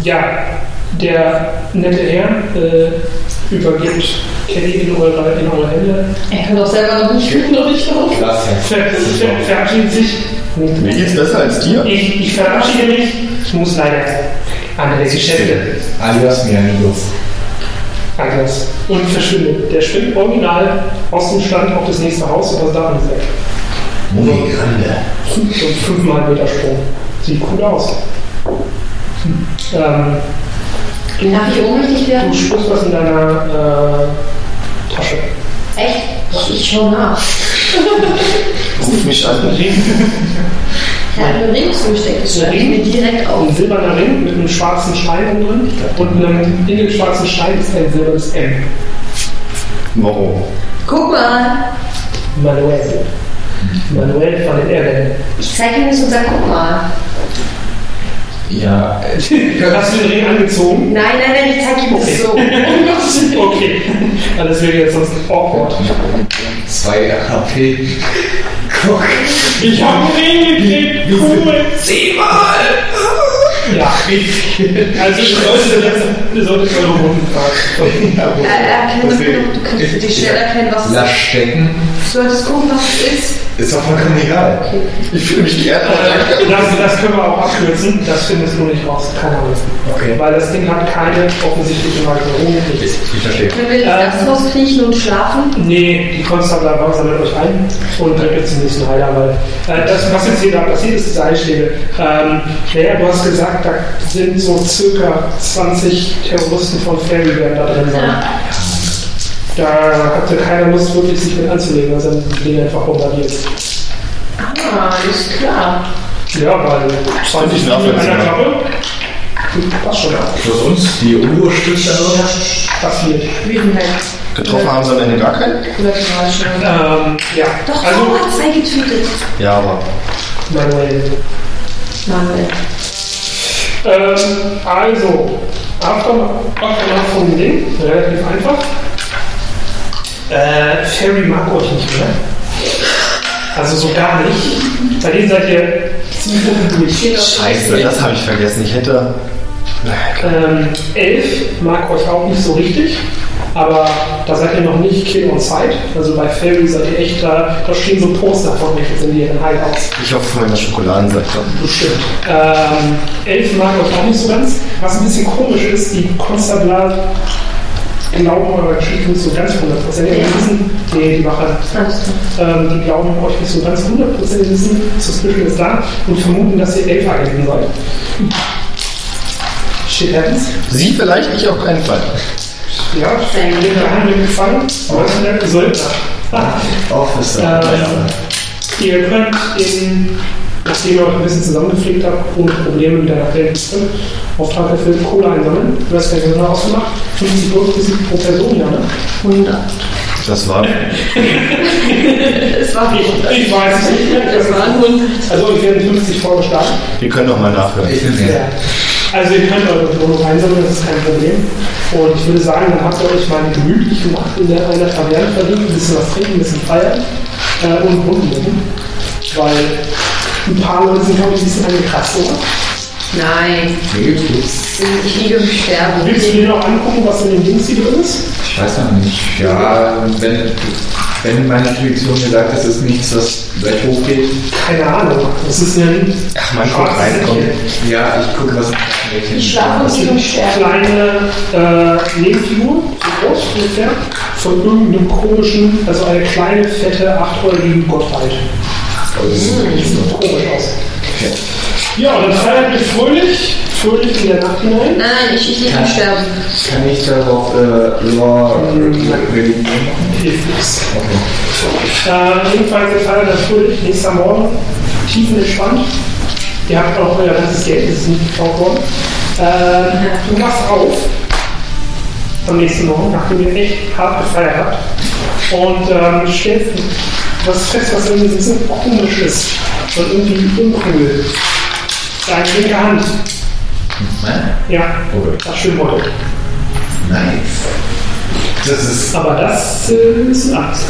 ja, der nette Herr äh, übergibt Kelly in eure, in eure Hände. Er kann doch selber noch nicht noch nicht drauf. Klasse. Ver ver verabschiedet sich. Mir geht's besser als dir. Ich, ich verabschiede mich. Ich muss leider andere Geschäfte. Adios, mir eine Lust. Anders. Und verschwindet. Der schwimmt original aus dem Stand auf das nächste Haus und das Dach ist weg. Mummi Grande. So ein fünfmal Meter Sprung. Sieht cool aus. Ähm, Darf ich ohnmächtig du werden? spürst was in deiner äh, Tasche. Echt? Ich- Ich schau nach. Ruf mich an. Er hat mir einen Ring zugesteckt. Das schreibe ich mir direkt auf. Ein silberner Ring mit einem schwarzen Stein drin und einem, in dem schwarzen Stein ist ein silbernes M. Warum? Guck mal. Manuel. Manuel von den Erden. Ich zeige ihm das und sag, guck mal. Ja, (laughs) Hast du den Ring angezogen? Nein, nein, nein, ich zeige ihm das so. (laughs) okay. Ja, das wäre jetzt sonst awkward. 2 HP. Guck. Ich habe einen Ring gekriegt. Cool. Zehnmal. Ja. Also ich sollte jetzt, ihr solltet eure Runden fragen. Er erkennt doch, äh, du kannst dich schnell erkennen, was es Lass stecken. ist. Du solltest gucken, was es ist. Ist doch vollkommen egal. Ich fühle mich geehrt. Äh, Das, das können wir auch abkürzen. Das findest du nicht raus. Keine Ahnung. Okay. Weil das Ding hat keine offensichtliche Markierung. nichts. Ich verstehe. Können wir ins Ähm. Gasthaus kriechen und schlafen? Nee, die Konstabler bauen sammelt euch ein und dann gibt es den nächsten Heiler. Weil, äh, das, was jetzt hier da passiert ist, diese Einschläge. Ähm, naja, du hast gesagt, da sind so circa 20 Terroristen von Fairy werden da drin sein. Da hatte keiner Lust, wirklich sich mit anzulegen, also dann gehen einfach bombardiert. Ah, ist klar. Ja, weil 20 Ich nachvollziehbar. einer Klappe. Passt schon. Für uns, die Unruhestifter. Passiert. Wütendheit. Getroffen haben sie am Ende gar keinen? Oder gerade schon. Ähm, ja, Doch, also, Frau hat zwei getötet. Ja, aber. Manuel. Manuel. Ähm, also, Aftermath Aftermath vom Ding, relativ einfach. Äh, Fairy mag euch nicht mehr. Also so gar nicht. Bei denen seid ihr Sie sind nicht. Scheiße, das habe ich vergessen. Ich hätte. Naja, klar. Ähm, 11 mag euch auch nicht so richtig, aber da seid ihr noch nicht Kill on Sight. Also bei Fairy seid ihr echt da, da stehen so Poster von euch jetzt in ihren Hideouts. Ich hoffe von meiner Schokoladenseite. Bestimmt. Ähm, 11 mag euch auch nicht so ganz. Was ein bisschen komisch ist, die Konstabler glauben eurer Geschichte nicht so ganz 100%. Die Ja. wissen, nee, die machen Alles klar. ähm, die glauben euch nicht so ganz 100% wissen, Suspicion ist da und vermuten, dass ihr Elfer-Agenten seid. Shit happens. Sie vielleicht, ich auf keinen Fall. Ja, ich bin geheim gefangen, Deutschland Söldner. Ah, Officer. Ähm, ihr könnt in, nachdem ihr euch ein bisschen zusammengepflegt habt, ohne Probleme wieder nach Delhi zurück, Auftrag erfüllt, Kohle einsammeln. Du hast keine Söldner ausgemacht. 50 Durchschnitt pro Person, ja, ne? 100. Das war. Es war Ich, ich weiß es nicht mehr. Es waren 100. Also, ich werde 50 vorgeschlagen. Wir können noch mal nachhören. Ich bin Ja. mehr. Also ihr könnt eure Belohnung einsammeln, das ist kein Problem. Und ich würde sagen, dann habt ihr euch mal eine gemütliche Nacht in der, einer Taverne verdient, ein bisschen was trinken, ein bisschen feiern äh, und rumlegen. Weil ein paar Leute sind, glaube ich, ein bisschen angekratzt, oder? Nein, Nee, gut. ich liege im Sterben. Willst du dir noch angucken, was in dem Dings hier drin ist? Ich weiß noch nicht. Ja, wenn, wenn meine Intuition mir sagt, das ist nichts, was gleich hochgeht. Keine Ahnung. Das ist ein Ach, mal guck schwarzes rein, komm. Säckchen. Ja, ich gucke, was Ich schlafe und liege im Sterben. kleine äh, Nebenfigur, so groß ungefähr, von irgendeinem komischen, also eine kleine, fette, achtäugige Gottheit. Sieht so komisch aus. Okay. Ja, und dann feiert ihr fröhlich, fröhlich in der Nacht hinein. Nein, ich, ich liege im Sterben. Kann ich darauf äh, Law Hm. Religion machen? Hilft nichts. Okay. Äh, jedenfalls, ihr feiert das fröhlich, nächster Morgen, tiefenentspannt. Ihr habt auch euer ganzes Geld, das ist nicht geklaut worden. Äh, du wachst auf am nächsten Morgen, nachdem ihr echt hart gefeiert habt. Und ähm, stellst was fest, was irgendwie so ein bisschen komisch ist. Und irgendwie uncool. Deine linke Hand. Nein. Ja, Okay. das Schwimmwort. Nice. Das ist. Aber das äh, ist ein Axt.